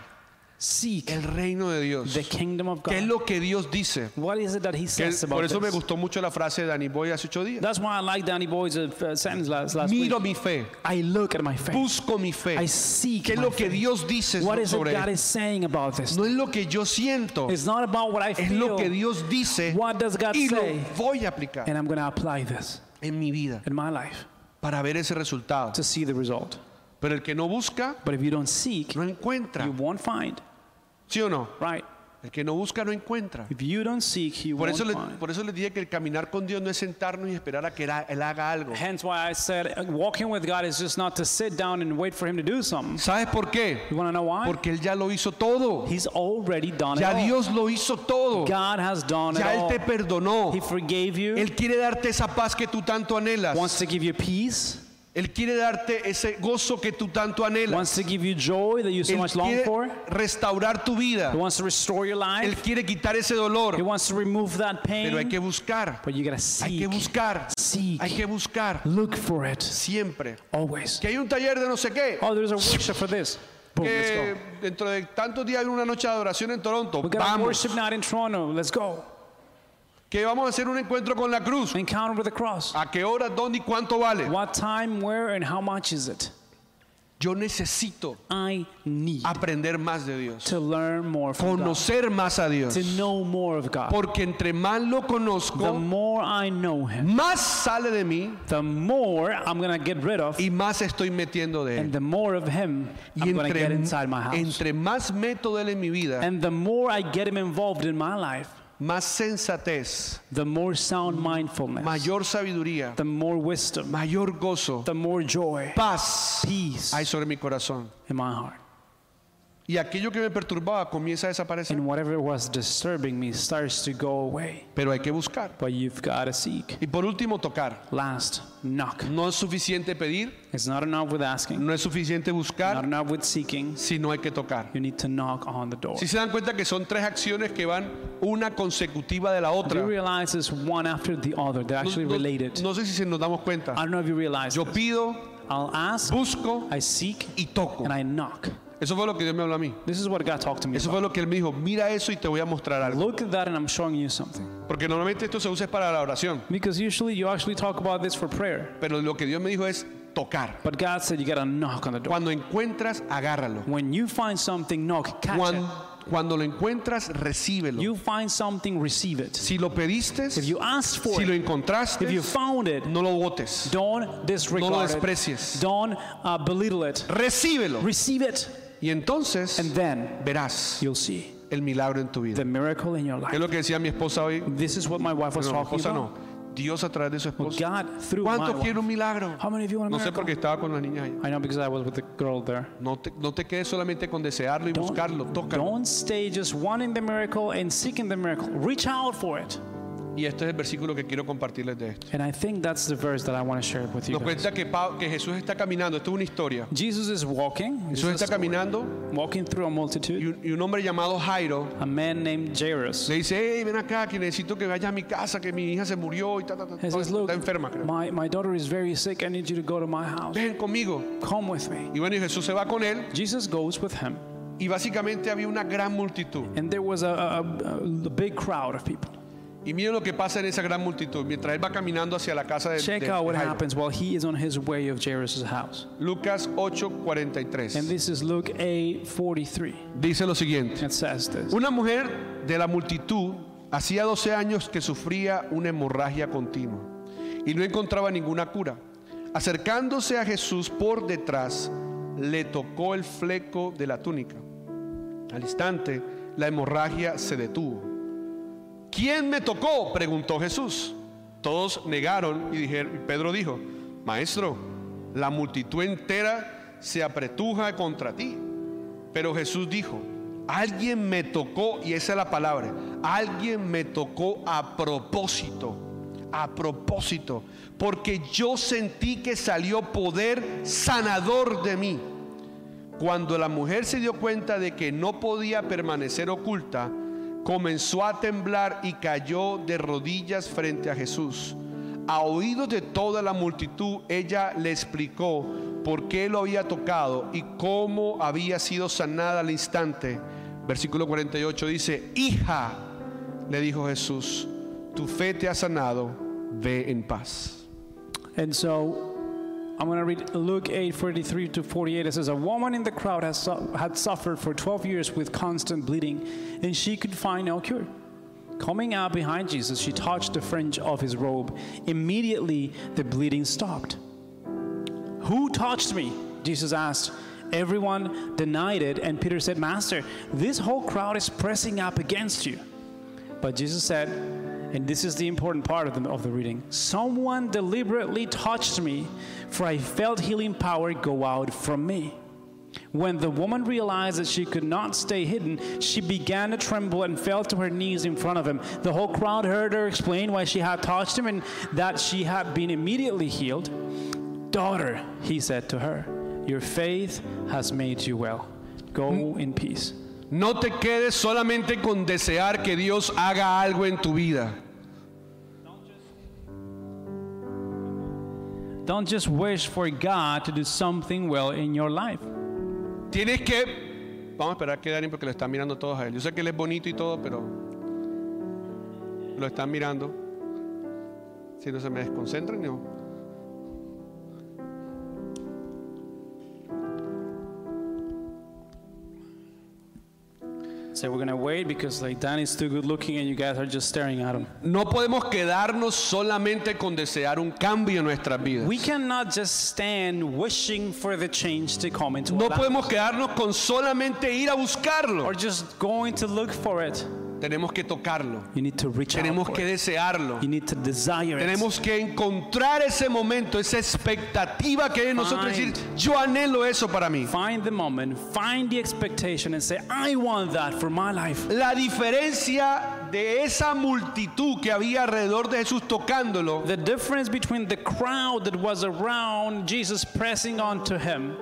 Seek
el reino de Dios.
the kingdom of
¿Qué es
God.
lo que Dios dice?
What is it that he
Que-
says
por
about
eso me
this?
gustó mucho la frase de Danny Boy hace ocho días.
That's why I like Danny Boy's uh, uh, sentence last, last week.
Miro mi fe.
I look at my faith.
Busco mi fe.
I seek
¿Qué es
my
lo que
faith.
Dios dice
What is it
sobre
God
esto?
is saying about this?
No es lo que yo siento.
It's not about what I
es lo
feel,
que Dios dice
What does God
y lo
say?
voy a aplicar
and I'm going to apply this
en mi vida
in my life
para ver ese resultado.
to see the result.
Pero el que no busca,
But if you don't seek,
no encuentra.
you won't find.
¿Sí o no?
Right?
El que no busca, no encuentra.
If you don't seek, you
Por
won't
eso, le-
find.
por eso les dije que el caminar con Dios no es sentarnos y esperar a que era- Él haga algo.
Hence why I said uh, walking with God is just not to sit down and wait for Him to do something.
¿Sabes por qué?
You want to know why?
Porque Él ya lo hizo todo.
He's already done
Ya
it all.
Dios lo hizo todo.
God has done
Ya
it
Él
all.
te perdonó.
He forgave you.
Él quiere darte esa paz que tú tanto anhelas.
wants to give you peace.
Él quiere darte ese gozo que tú tanto anhelas.
wants to give you joy that you so
Él
much long
quiere
for.
restaurar tu vida.
He wants to restore your
Él
life.
quiere quitar ese
He
dolor.
wants to remove that
Pero hay
pain.
que buscar.
But you gotta
Hay que
seek,
buscar.
seek,
Hay que buscar.
look for it
Siempre.
always.
Que hay un taller de no sé qué.
Oh, there's a workshop for this. Boom, let's
Que
go.
dentro de tantos días hay una noche de adoración en Toronto.
We got a
Vamos.
worship night in Toronto. Let's go.
Que vamos a hacer un encuentro con la cruz.
Encounter with the cross.
¿A qué hora, dónde y cuánto vale?
What time, where, and how much is it?
Yo necesito
I need
aprender más de Dios.
to learn more from God.
Conocer más a Dios.
To know more of God.
Porque entre más lo
The
conozco,
more I know Him,
más sale de mí
the more I'm gonna get rid of,
y más estoy metiendo de
and
él.
the more of Him
Y
I'm gonna
entre,
get inside my house.
entre más meto de él en mi vida,
And the more I get Him involved in my life,
más sensatez,
the more sound mindfulness,
mayor sabiduría,
the more wisdom,
mayor gozo,
the more joy,
paz
peace
hay sobre mi corazón.
in my heart.
Y aquello que me perturbaba comienza a desaparecer.
And whatever was disturbing me starts to go away.
Pero hay que buscar.
But you've got to seek.
Y por último, tocar.
Last, knock.
No es suficiente pedir,
It's not enough with asking,
no es suficiente
not
buscar,
enough with seeking.
si no hay que tocar.
You need to knock on the door.
Si se dan cuenta que son tres acciones que van una consecutiva de la
Do you
otra.
realize it's one after the other? They're actually
No- no-
related.
No sé si se nos damos
I
cuenta.
don't know if you realize.
Yo
this.
pido,
I'll ask,
busco
I seek,
y toco.
and I knock.
Eso fue lo que Dios me habló a mí.
This is what God talked to me
Eso
about.
fue lo que Él me dijo, mira eso y te voy a mostrar algo.
Look at that, and I'm showing you something.
Porque normalmente esto se usa es para la oración.
Because usually you actually talk about this for prayer.
Pero lo que Dios me dijo es tocar.
But God said you gotta knock on the door.
Cuando encuentras, agárralo.
When you find something, knock, catch
Cuan-
it.
Cuando, lo encuentras, recíbelo.
You find something, receive it.
Si lo pediste,
If
si
you asked for
lo
it, if
encontraste,
you found it,
no lo botes.
don't
No lo
disregard it.
desprecies.
Don't uh, belittle it.
Recíbelo.
Receive it,
Y entonces
and then
verás.
you'll see
el milagro en tu vida.
the miracle in your
¿Qué es
life.
lo que decía mi esposa hoy?
This is what my wife was
No, mi
talking
esposa
about.
no. Dios a través de su
Well,
esposa.
God through my
¿Cuánto
wife.
quiere un milagro?
How many of you want
No
a
sé por
miracle?
qué estaba con las niñas ahí.
I know because I was with the girl there.
No te, no te quedes solamente con desearlo y buscarlo, tócalo.
Don't stay just wanting the miracle and seeking the miracle. Reach out for it.
Y este es el versículo que quiero compartirles de esto.
And I think that's the verse that I want to share with you.
Nos
Guys.
cuenta que, Pa- que Jesús está caminando. Esto es una historia.
Jesus is walking. This
Jesús
is
está
a story.
caminando
Walking through a
y
multitude.
un, y un hombre llamado Jairo
A man named Jairus.
le dice, hey, ven acá, que necesito que vayas a mi casa, que mi hija se murió y ta, ta, ta, ta,
He says, "Look,
está enferma, creo.
my, my daughter is very sick. I need you to go to my house.
Ven conmigo.
Come with me."
Y bueno, y Jesús se va con él
Jesus goes with him,
y básicamente había una gran multitud.
and there was a, a, a- a big crowd of people.
Y miren lo que pasa en esa gran multitud mientras él va caminando hacia la casa de, de-
Check
de
out what
Jairo.
happens while he is on his way of Jairus' house.
Lucas
And
8:43.
this is Luke 8:43.
Dice lo siguiente:
It says this.
Una mujer de la multitud hacía 12 años que sufría una hemorragia continua y no encontraba ninguna cura. Acercándose a Jesús por detrás, le tocó el fleco de la túnica. Al instante, la hemorragia se detuvo. ¿Quién me tocó? preguntó Jesús. Todos negaron y dijeron, y Pedro dijo, Maestro, la multitud entera se apretuja contra ti. Pero Jesús dijo, alguien me tocó, y esa es la palabra, alguien me tocó a propósito, a propósito, porque yo sentí que salió poder sanador de mí. Cuando la mujer se dio cuenta de que no podía permanecer oculta, comenzó a temblar y cayó de rodillas frente a Jesús. A oídos de toda la multitud, ella le explicó por qué lo había tocado y cómo había sido sanada al instante. Versículo 48 dice, hija, le dijo Jesús, tu fe te ha sanado, ve en paz.
And so I'm going to read Luke 8 43 to 48. It says, A woman in the crowd has su- had suffered for 12 years with constant bleeding, and she could find no cure. Coming out behind Jesus, she touched the fringe of his robe. Immediately, the bleeding stopped. Who touched me? Jesus asked. Everyone denied it, and Peter said, Master, this whole crowd is pressing up against you. But Jesus said, and this is the important part of the, of the reading someone deliberately touched me, for I felt healing power go out from me. When the woman realized that she could not stay hidden, she began to tremble and fell to her knees in front of him. The whole crowd heard her explain why she had touched him and that she had been immediately healed. Daughter, he said to her, your faith has made you well. Go in peace.
No te quedes solamente con desear que Dios haga algo en tu vida.
Don't just wish for God to do something well in your life.
Tienes que... Vamos a esperar que Dani porque lo están mirando todos a él. Yo sé que él es bonito y todo, pero lo están mirando. Si no se me desconcentran, no.
So we're gonna wait because like Danny's too good looking and you guys are just staring at him.
No podemos quedarnos solamente con desear un cambio en nuestras vidas.
We cannot just stand wishing for the change to come into
No
our life,
podemos quedarnos con solamente ir a buscarlo.
or just going to look for it.
Tenemos que tocarlo.
You need to reach out.
Tenemos
for
que
it.
desearlo.
You need to desire it.
Tenemos que encontrar ese momento, esa expectativa que hay en nosotros. y Decir, yo anhelo eso para mí.
Find the moment, find the expectation, and say, I want that for my life.
La diferencia de esa multitud que había alrededor de Jesús tocándolo
The difference between the crowd that was around Jesus pressing onto him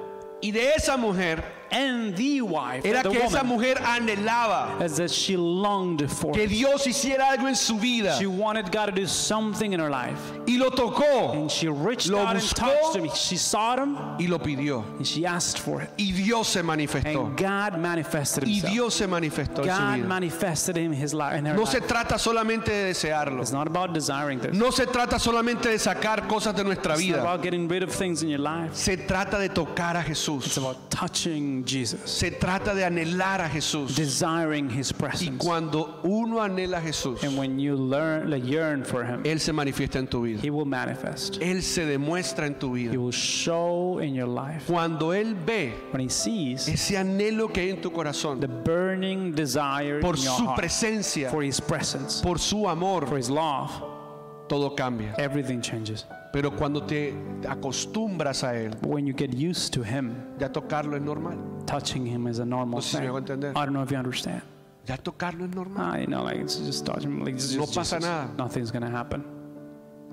y de esa mujer
and the wife,
era
the
que esa
woman,
mujer anhelaba
is that she longed for.
que
it.
Dios hiciera algo en su vida
She wanted God to do something in her life.
y lo tocó
And she reached
Lo
out and
buscó.
touched him. She sought him
y lo pidió.
and she asked for it.
Y Dios se manifestó.
And God manifested
Y
himself.
Dios se manifestó en su
God
vida.
manifested him his life in her
No
life.
se trata solamente de desearlo.
It's not about desiring this.
No se trata solamente de sacar cosas de nuestra
It's not
vida.
about getting rid of things in your life.
Se trata de tocar a
It's
Jesús.
about touching Jesus,
Se trata de anhelar a Jesús.
desiring his
Y
presence.
cuando uno anhela a Jesús,
And when you learn, like, yearn for him,
Él se manifiesta en tu vida.
he will manifest.
Él se demuestra en tu
He
vida.
will show in your life.
Cuando Él ve
When he sees
ese anhelo que hay en tu
the
corazón
burning desire
por
in your
su
heart,
presencia,
for his presence,
por su
for
amor,
his love,
todo cambia.
everything changes.
Pero cuando te acostumbras a Él,
But when you get used to him,
ya tocarlo es normal.
touching him is a normal
No sé si me
thing.
hago entender.
I don't know if you understand.
Ya tocarlo es normal.
Ah, you know, like it's just touching him. Like, it's
No
just
pasa
Jesus.
nada.
Nothing's gonna happen.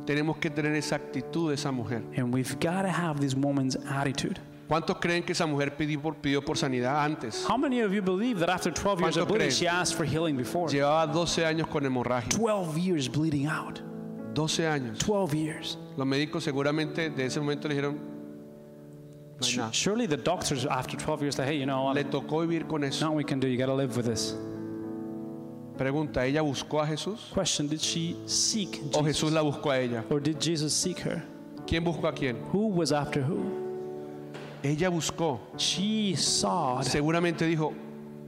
Tenemos que tener esa actitud de esa mujer.
And we've gotta have this woman's attitude.
¿Cuántos creen que esa mujer pidió por, pidió por sanidad antes?
How many of you believe that after 12 years of
¿Cuántos
bleeding,
creen?
she asked for healing before?
Llevaba 12 años con hemorragia.
12 years bleeding out.
12 años.
12 years.
Los médicos seguramente de ese momento le dijeron, no hay
Su-
nada.
Surely the doctors after 12 years, like, hey, you know,
Le
what?
tocó vivir con eso.
now we can do. You gotta live with this.
Pregunta, ¿ella buscó a Jesús
Question: Did she seek Jesus,
o Oh, Jesús la buscó a ella?
or did Jesus seek her?
¿Quién buscó a quién?
Who was after who?
Ella buscó.
She saw.
Seguramente dijo,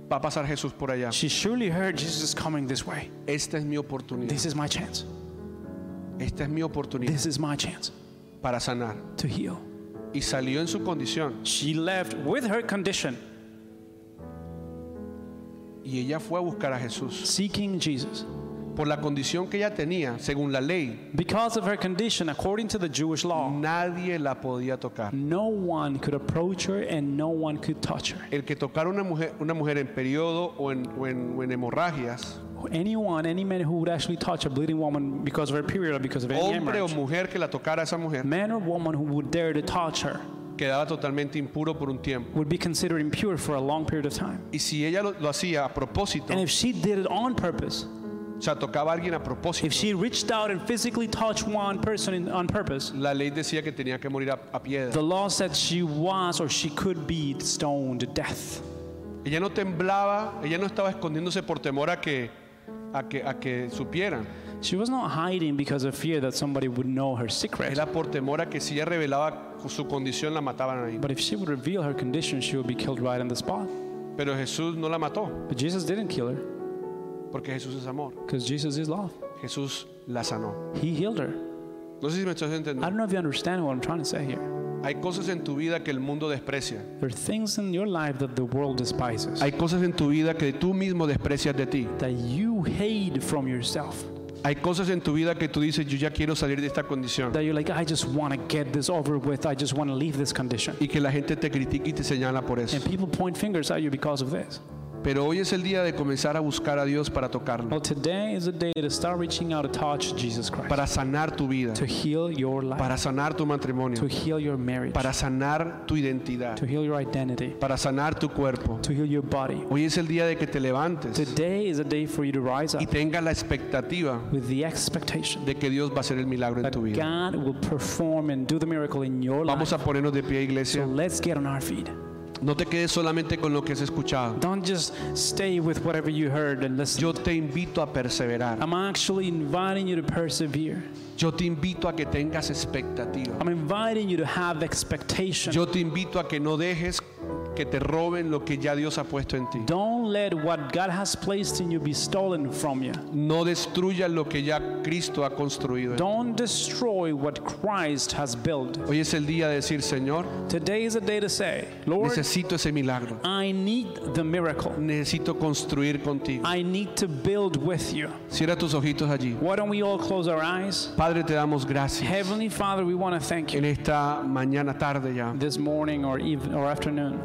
va a pasar Jesús por allá.
She surely heard Jesus is coming this way.
Esta es mi oportunidad.
This is my chance.
Esta es mi oportunidad
This is my chance
para sanar.
to heal.
Y salió en su condición.
She left with her condition,
Y ella fue a buscar a Jesús.
seeking Jesus.
Por la condición que ella tenía, según la ley,
Because of her condition, according to the Jewish law,
nadie la podía tocar.
no one could approach her and no one could touch her.
El que tocara una mujer, una mujer en periodo o en, o en- o en hemorragias,
Anyone, any man who would actually touch a bleeding woman because of her period or because of any
hombre o
hemorrhage,
mujer que la tocara a esa mujer,
man or woman who would dare to touch her
quedaba totalmente impuro por un tiempo.
would be considered impure for a long period of time.
Y si ella lo, lo hacía a propósito,
And if she did it on purpose,
o sea, tocaba a alguien a
if
propósito,
she reached out and physically touched one person in, on purpose,
la ley decía que tenía que morir a, a piedra.
The law said she was or she could be stoned to death.
Ella no temblaba, ella no estaba escondiéndose por temor a que, a que, a que supieran.
She was not hiding because of fear that somebody would know her secret.
Era por temor a que si ella revelaba su condición la mataban ahí.
But if she would reveal her condition, she would be killed right on the spot.
Pero Jesús no la mató,
But Jesus didn't kill her
porque Jesús es amor.
because Jesus is love.
Jesús la sanó.
He healed her.
No sé si me estás
I
entendiendo.
don't know if you understand what I'm trying to say here.
Hay cosas en tu vida que el mundo desprecia.
There are things in your life that the world despises,
Hay cosas en tu vida que tú mismo desprecias de ti.
that you hate from yourself,
Hay cosas en tu vida que tú dices, yo ya quiero salir de esta condición.
that you're like, I just want to get this over with. I just want to leave this condition.
Y que la gente te critica y te señala por eso.
And people point fingers at you because of this.
Pero hoy es el día de comenzar a buscar a Dios para tocarlo,
Well, today is the day to start reaching out to touch Jesus Christ,
para sanar tu vida,
to heal your life,
para sanar tu matrimonio,
to heal your marriage,
para sanar tu identidad,
to heal your identity,
para sanar tu cuerpo.
to heal your body.
Hoy es el día de que te levantes
Today is a day for you to rise
y
up
tengas la expectativa
with the expectation
de que Dios va a hacer el milagro en tu
that
vida.
God will perform and do the miracle in your life.
Vamos a ponernos de pie,
So
iglesia.
let's get on our feet.
No te quedes solamente con lo que has escuchado.
Don't just stay with whatever you heard and listen.
Yo te invito a perseverar.
I'm actually inviting you to persevere.
Yo te invito a que tengas expectativa.
I'm inviting you to have expectation.
Yo te invito a que no dejes que te roben lo que ya Dios ha puesto en ti.
Don't let what God has placed in you be stolen from you.
No destruyas lo que ya Cristo ha construido. en ti.
Don't destroy what Christ has built.
Hoy es el día de decir, Señor,
Today is a day to say, Lord,
necesito ese milagro.
I need the miracle.
Necesito construir contigo.
I need to build with you.
Cierra tus ojitos allí.
Why don't we all close our eyes?
Padre, te damos gracias
Heavenly Father, we want to thank you
en esta mañana tarde ya.
this morning or even or afternoon.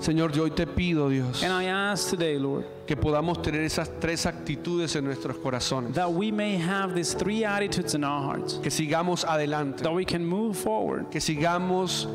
Señor, yo hoy te pido, Dios,
And I ask today, Lord,
que podamos tener esas tres actitudes en nuestros corazones.
that we may have these three attitudes in our hearts,
Que sigamos adelante.
that we can move forward,
Que sigamos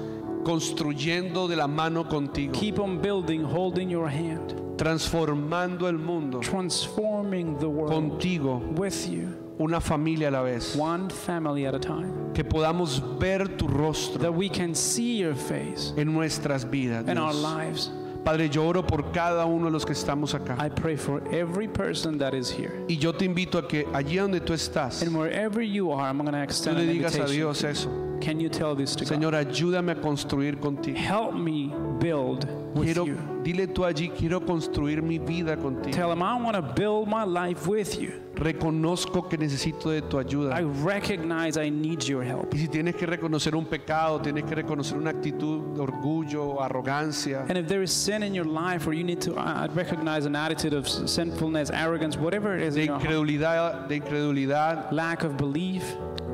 construyendo de la mano contigo.
keep on building, holding your hand,
transformando el mundo
transforming the world
contigo,
with you,
una familia a la vez,
one family at a time,
que podamos ver tu rostro
that we can see your face
en nuestras vidas.
in our
Dios.
lives.
Padre, yo oro por cada uno de los que estamos acá
I pray for every person that is here.
y yo te invito a que allí donde tú estás,
And wherever you are, I'm going to
tú
extend
le
an
digas a
invitation.
Dios eso.
Can you tell this to God?
Señor, ayúdame a construir contigo.
Help me build with
Quiero,
you.
dile tú allí, quiero construir mi vida contigo.
Tell him, I want to build my life with you.
Reconozco que necesito de tu
I
ayuda.
recognize I need your help.
Y si tienes que reconocer un pecado, tienes que reconocer una actitud de orgullo, arrogancia,
And if there is sin in your life or you need to uh, recognize an attitude of sinfulness, arrogance, whatever it is,
de
in your heart,
incredulidad, de incredulidad.
lack of belief,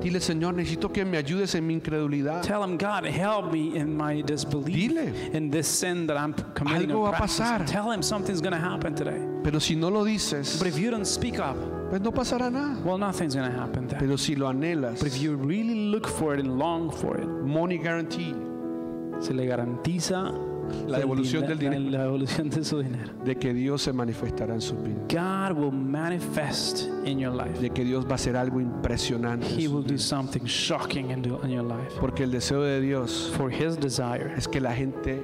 Dile, Señor, necesito que me ayudes en mi incredulidad.
tell him, God, help me in my disbelief,
Dile.
in this sin that I'm committing.
Algo
or
va a
practicing."
pasar.
Tell him something's going to happen today.
Pero si no lo dices,
But if you don't speak up,
pues no pasará nada.
well, nothing's going to happen then.
Pero si lo anhelas,
But if you really look for it and long for it,
money guarantee
se le garantiza
La
el
devolución
diner-
del dinero.
La, la devolución de su dinero.
de que Dios se manifestará en su vida,
God will manifest in your life.
de que Dios va a hacer algo impresionante, en
He
su
will do
vida.
something shocking in, do- in your life.
porque el deseo de Dios
For his desire
es que la gente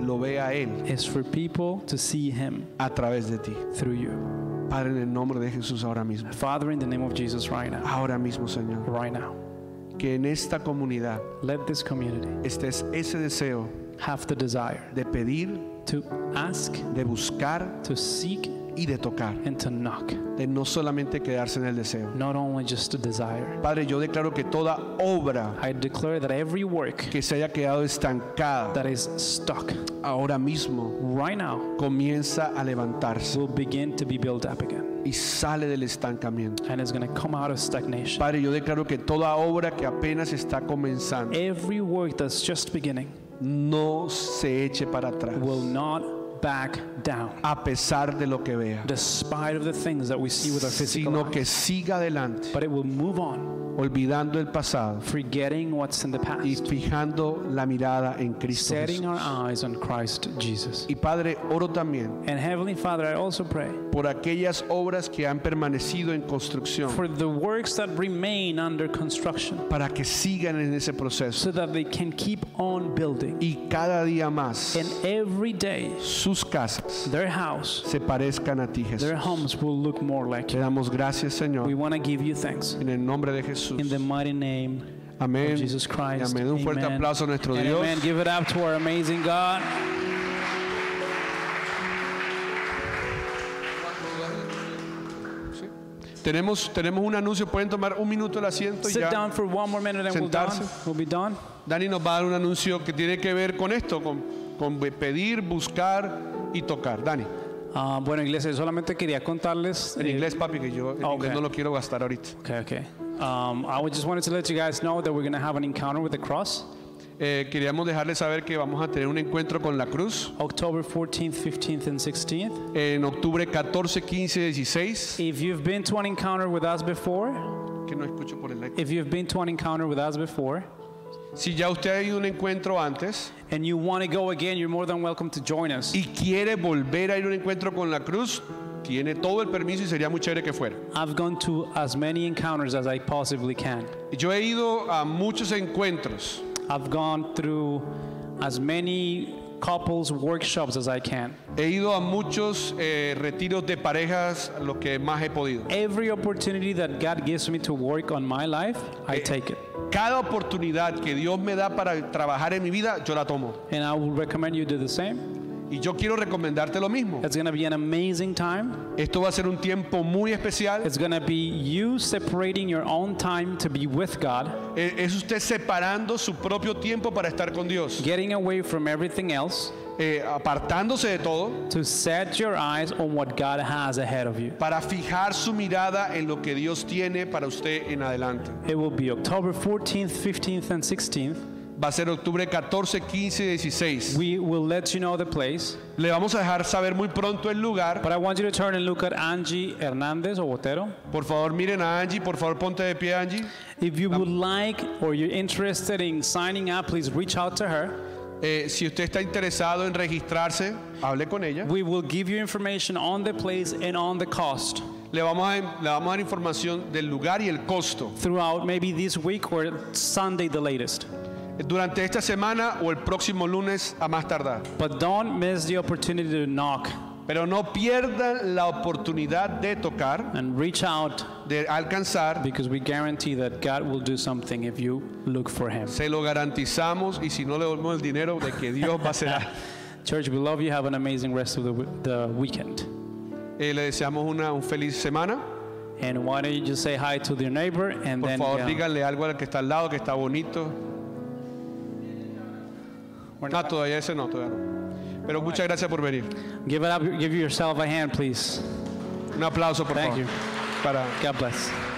lo vea a él
is for people to see him
a través de ti.
through you.
Padre, en el nombre de Jesús ahora mismo,
Father, in the name of Jesus, right now,
ahora mismo, Señor,
right now,
que en esta comunidad
let this community
estés ese deseo
have the desire
de pedir,
to ask,
de buscar
to seek,
y de tocar.
and to knock.
de no solamente quedarse en el deseo.
Not only just a desire.
Padre, yo declaro que toda obra
I declare that every work
que se haya quedado estancada
that is stuck
ahora mismo
right now
comienza a levantarse
will begin to be built up again
y sale del estancamiento.
and is going to come out of stagnation.
Padre, yo declaro que toda obra que apenas está comenzando
Every work that's just beginning
no se eche para atrás,
will not back down,
a pesar de lo que vea,
despite of the things that we see with our physical
sino
eyes.
que siga adelante,
but it will move on,
olvidando el pasado
forgetting what's in the
y
past,
fijando la mirada en Cristo.
setting
Jesús.
our eyes on Christ Jesus.
Y Padre, oro también
And Heavenly Father, I also pray
por aquellas obras que han permanecido en construcción.
for the works that remain under construction
para que sigan en ese proceso
so that they can keep on building.
y cada día más
And every day,
sus casas
their house,
se parezcan a ti, Jesús.
their homes will look more like
Te
you.
damos gracias,
We
Señor,
want to give you thanks.
en el nombre de Jesús.
In the mighty name of
Amén.
Jesus
Y
Christ.
amén. Un fuerte
amen.
aplauso a nuestro
And
Dios.
amen. Give it up to our amazing God.
Tenemos, tenemos un anuncio, pueden tomar un minuto el asiento y
Sit
ya.
down for one more minute and we'll, done.
Sentarse.
we'll be done.
Dani nos va a dar un anuncio que tiene que ver con esto, con, con pedir, buscar y tocar. Dani,
Ah, bueno, iglesia, yo solamente quería contarles.
en
eh,
inglés, papi, que yo en
Ah,
inglés
ok.
no lo quiero gastar ahorita.
Okay, okay. Um, I would just wanted to let you guys know that we're going to have an encounter with the cross.
eh, queríamos dejarles saber que vamos a tener un encuentro con la cruz
October 14th, 15th, and 16th.
en octubre 14, 15, 16.
If you've been to an encounter with us before,
Que no escucho por el eco.
if you've been to an encounter with us before,
Si ya usted ha ido a un encuentro antes
and you want to go again, you're more than welcome to join us.
y quiere volver a ir a un encuentro con la cruz, tiene todo el permiso y sería muy chévere que fuera.
I've gone to as many encounters as I possibly can.
Yo he ido a muchos encuentros
I've gone through as many couples workshops as I can.
He ido a muchos eh, retiros de parejas, lo que más he podido.
Every opportunity that God gives me to work on my life, I take it.
Cada oportunidad que Dios me da para trabajar en mi vida, yo la tomo.
And I would recommend you do the same.
Y yo quiero recomendarte lo mismo.
It's going to be an amazing time.
Esto va a ser un tiempo muy especial.
It's going to be you separating your own time to be with God,
Eh, Es usted separando su propio tiempo para estar con Dios,
getting away from everything else
Eh, apartándose de todo
to set your eyes on what God has ahead of you.
para fijar su mirada en lo que Dios tiene para usted en adelante.
It will be October 14th, 15th, and 16th.
Va a ser octubre 14, 15 y 16.
We will let you know the place.
Le vamos a dejar saber muy pronto el lugar.
But I want you to turn and look at Angie Hernandez or Botero.
Por favor, miren a Angie. Por favor, ponte de pie, Angie.
If you would like or you're interested in signing up, please reach out to her.
Eh, si usted está interesado en registrarse, hable con ella.
We will give you information on the place and on the cost
Le vamos a, le vamos a dar información del lugar y el costo.
throughout maybe this week or Sunday the latest.
Durante esta semana o el próximo lunes a más tardar.
But don't miss the opportunity to knock
Pero no pierdan la oportunidad de tocar,
and reach out
de alcanzar.
because we guarantee that God will do something if you look for Him.
Se lo garantizamos y si no le damos el dinero, de que Dios va a hacer algo.
Church, we love you. Have an amazing rest of the, w- the weekend.
Eh, le deseamos una un feliz semana.
And why don't you just say hi to your neighbor and
Por
then
favor,
uh,
díganle algo al que está al lado, que está bonito. No, todavía ese no, todavía no. Pero muchas gracias por venir.
give it up, give yourself a hand, please.
Un aplauso, por
Thank
favor.
you.
Para...
God bless.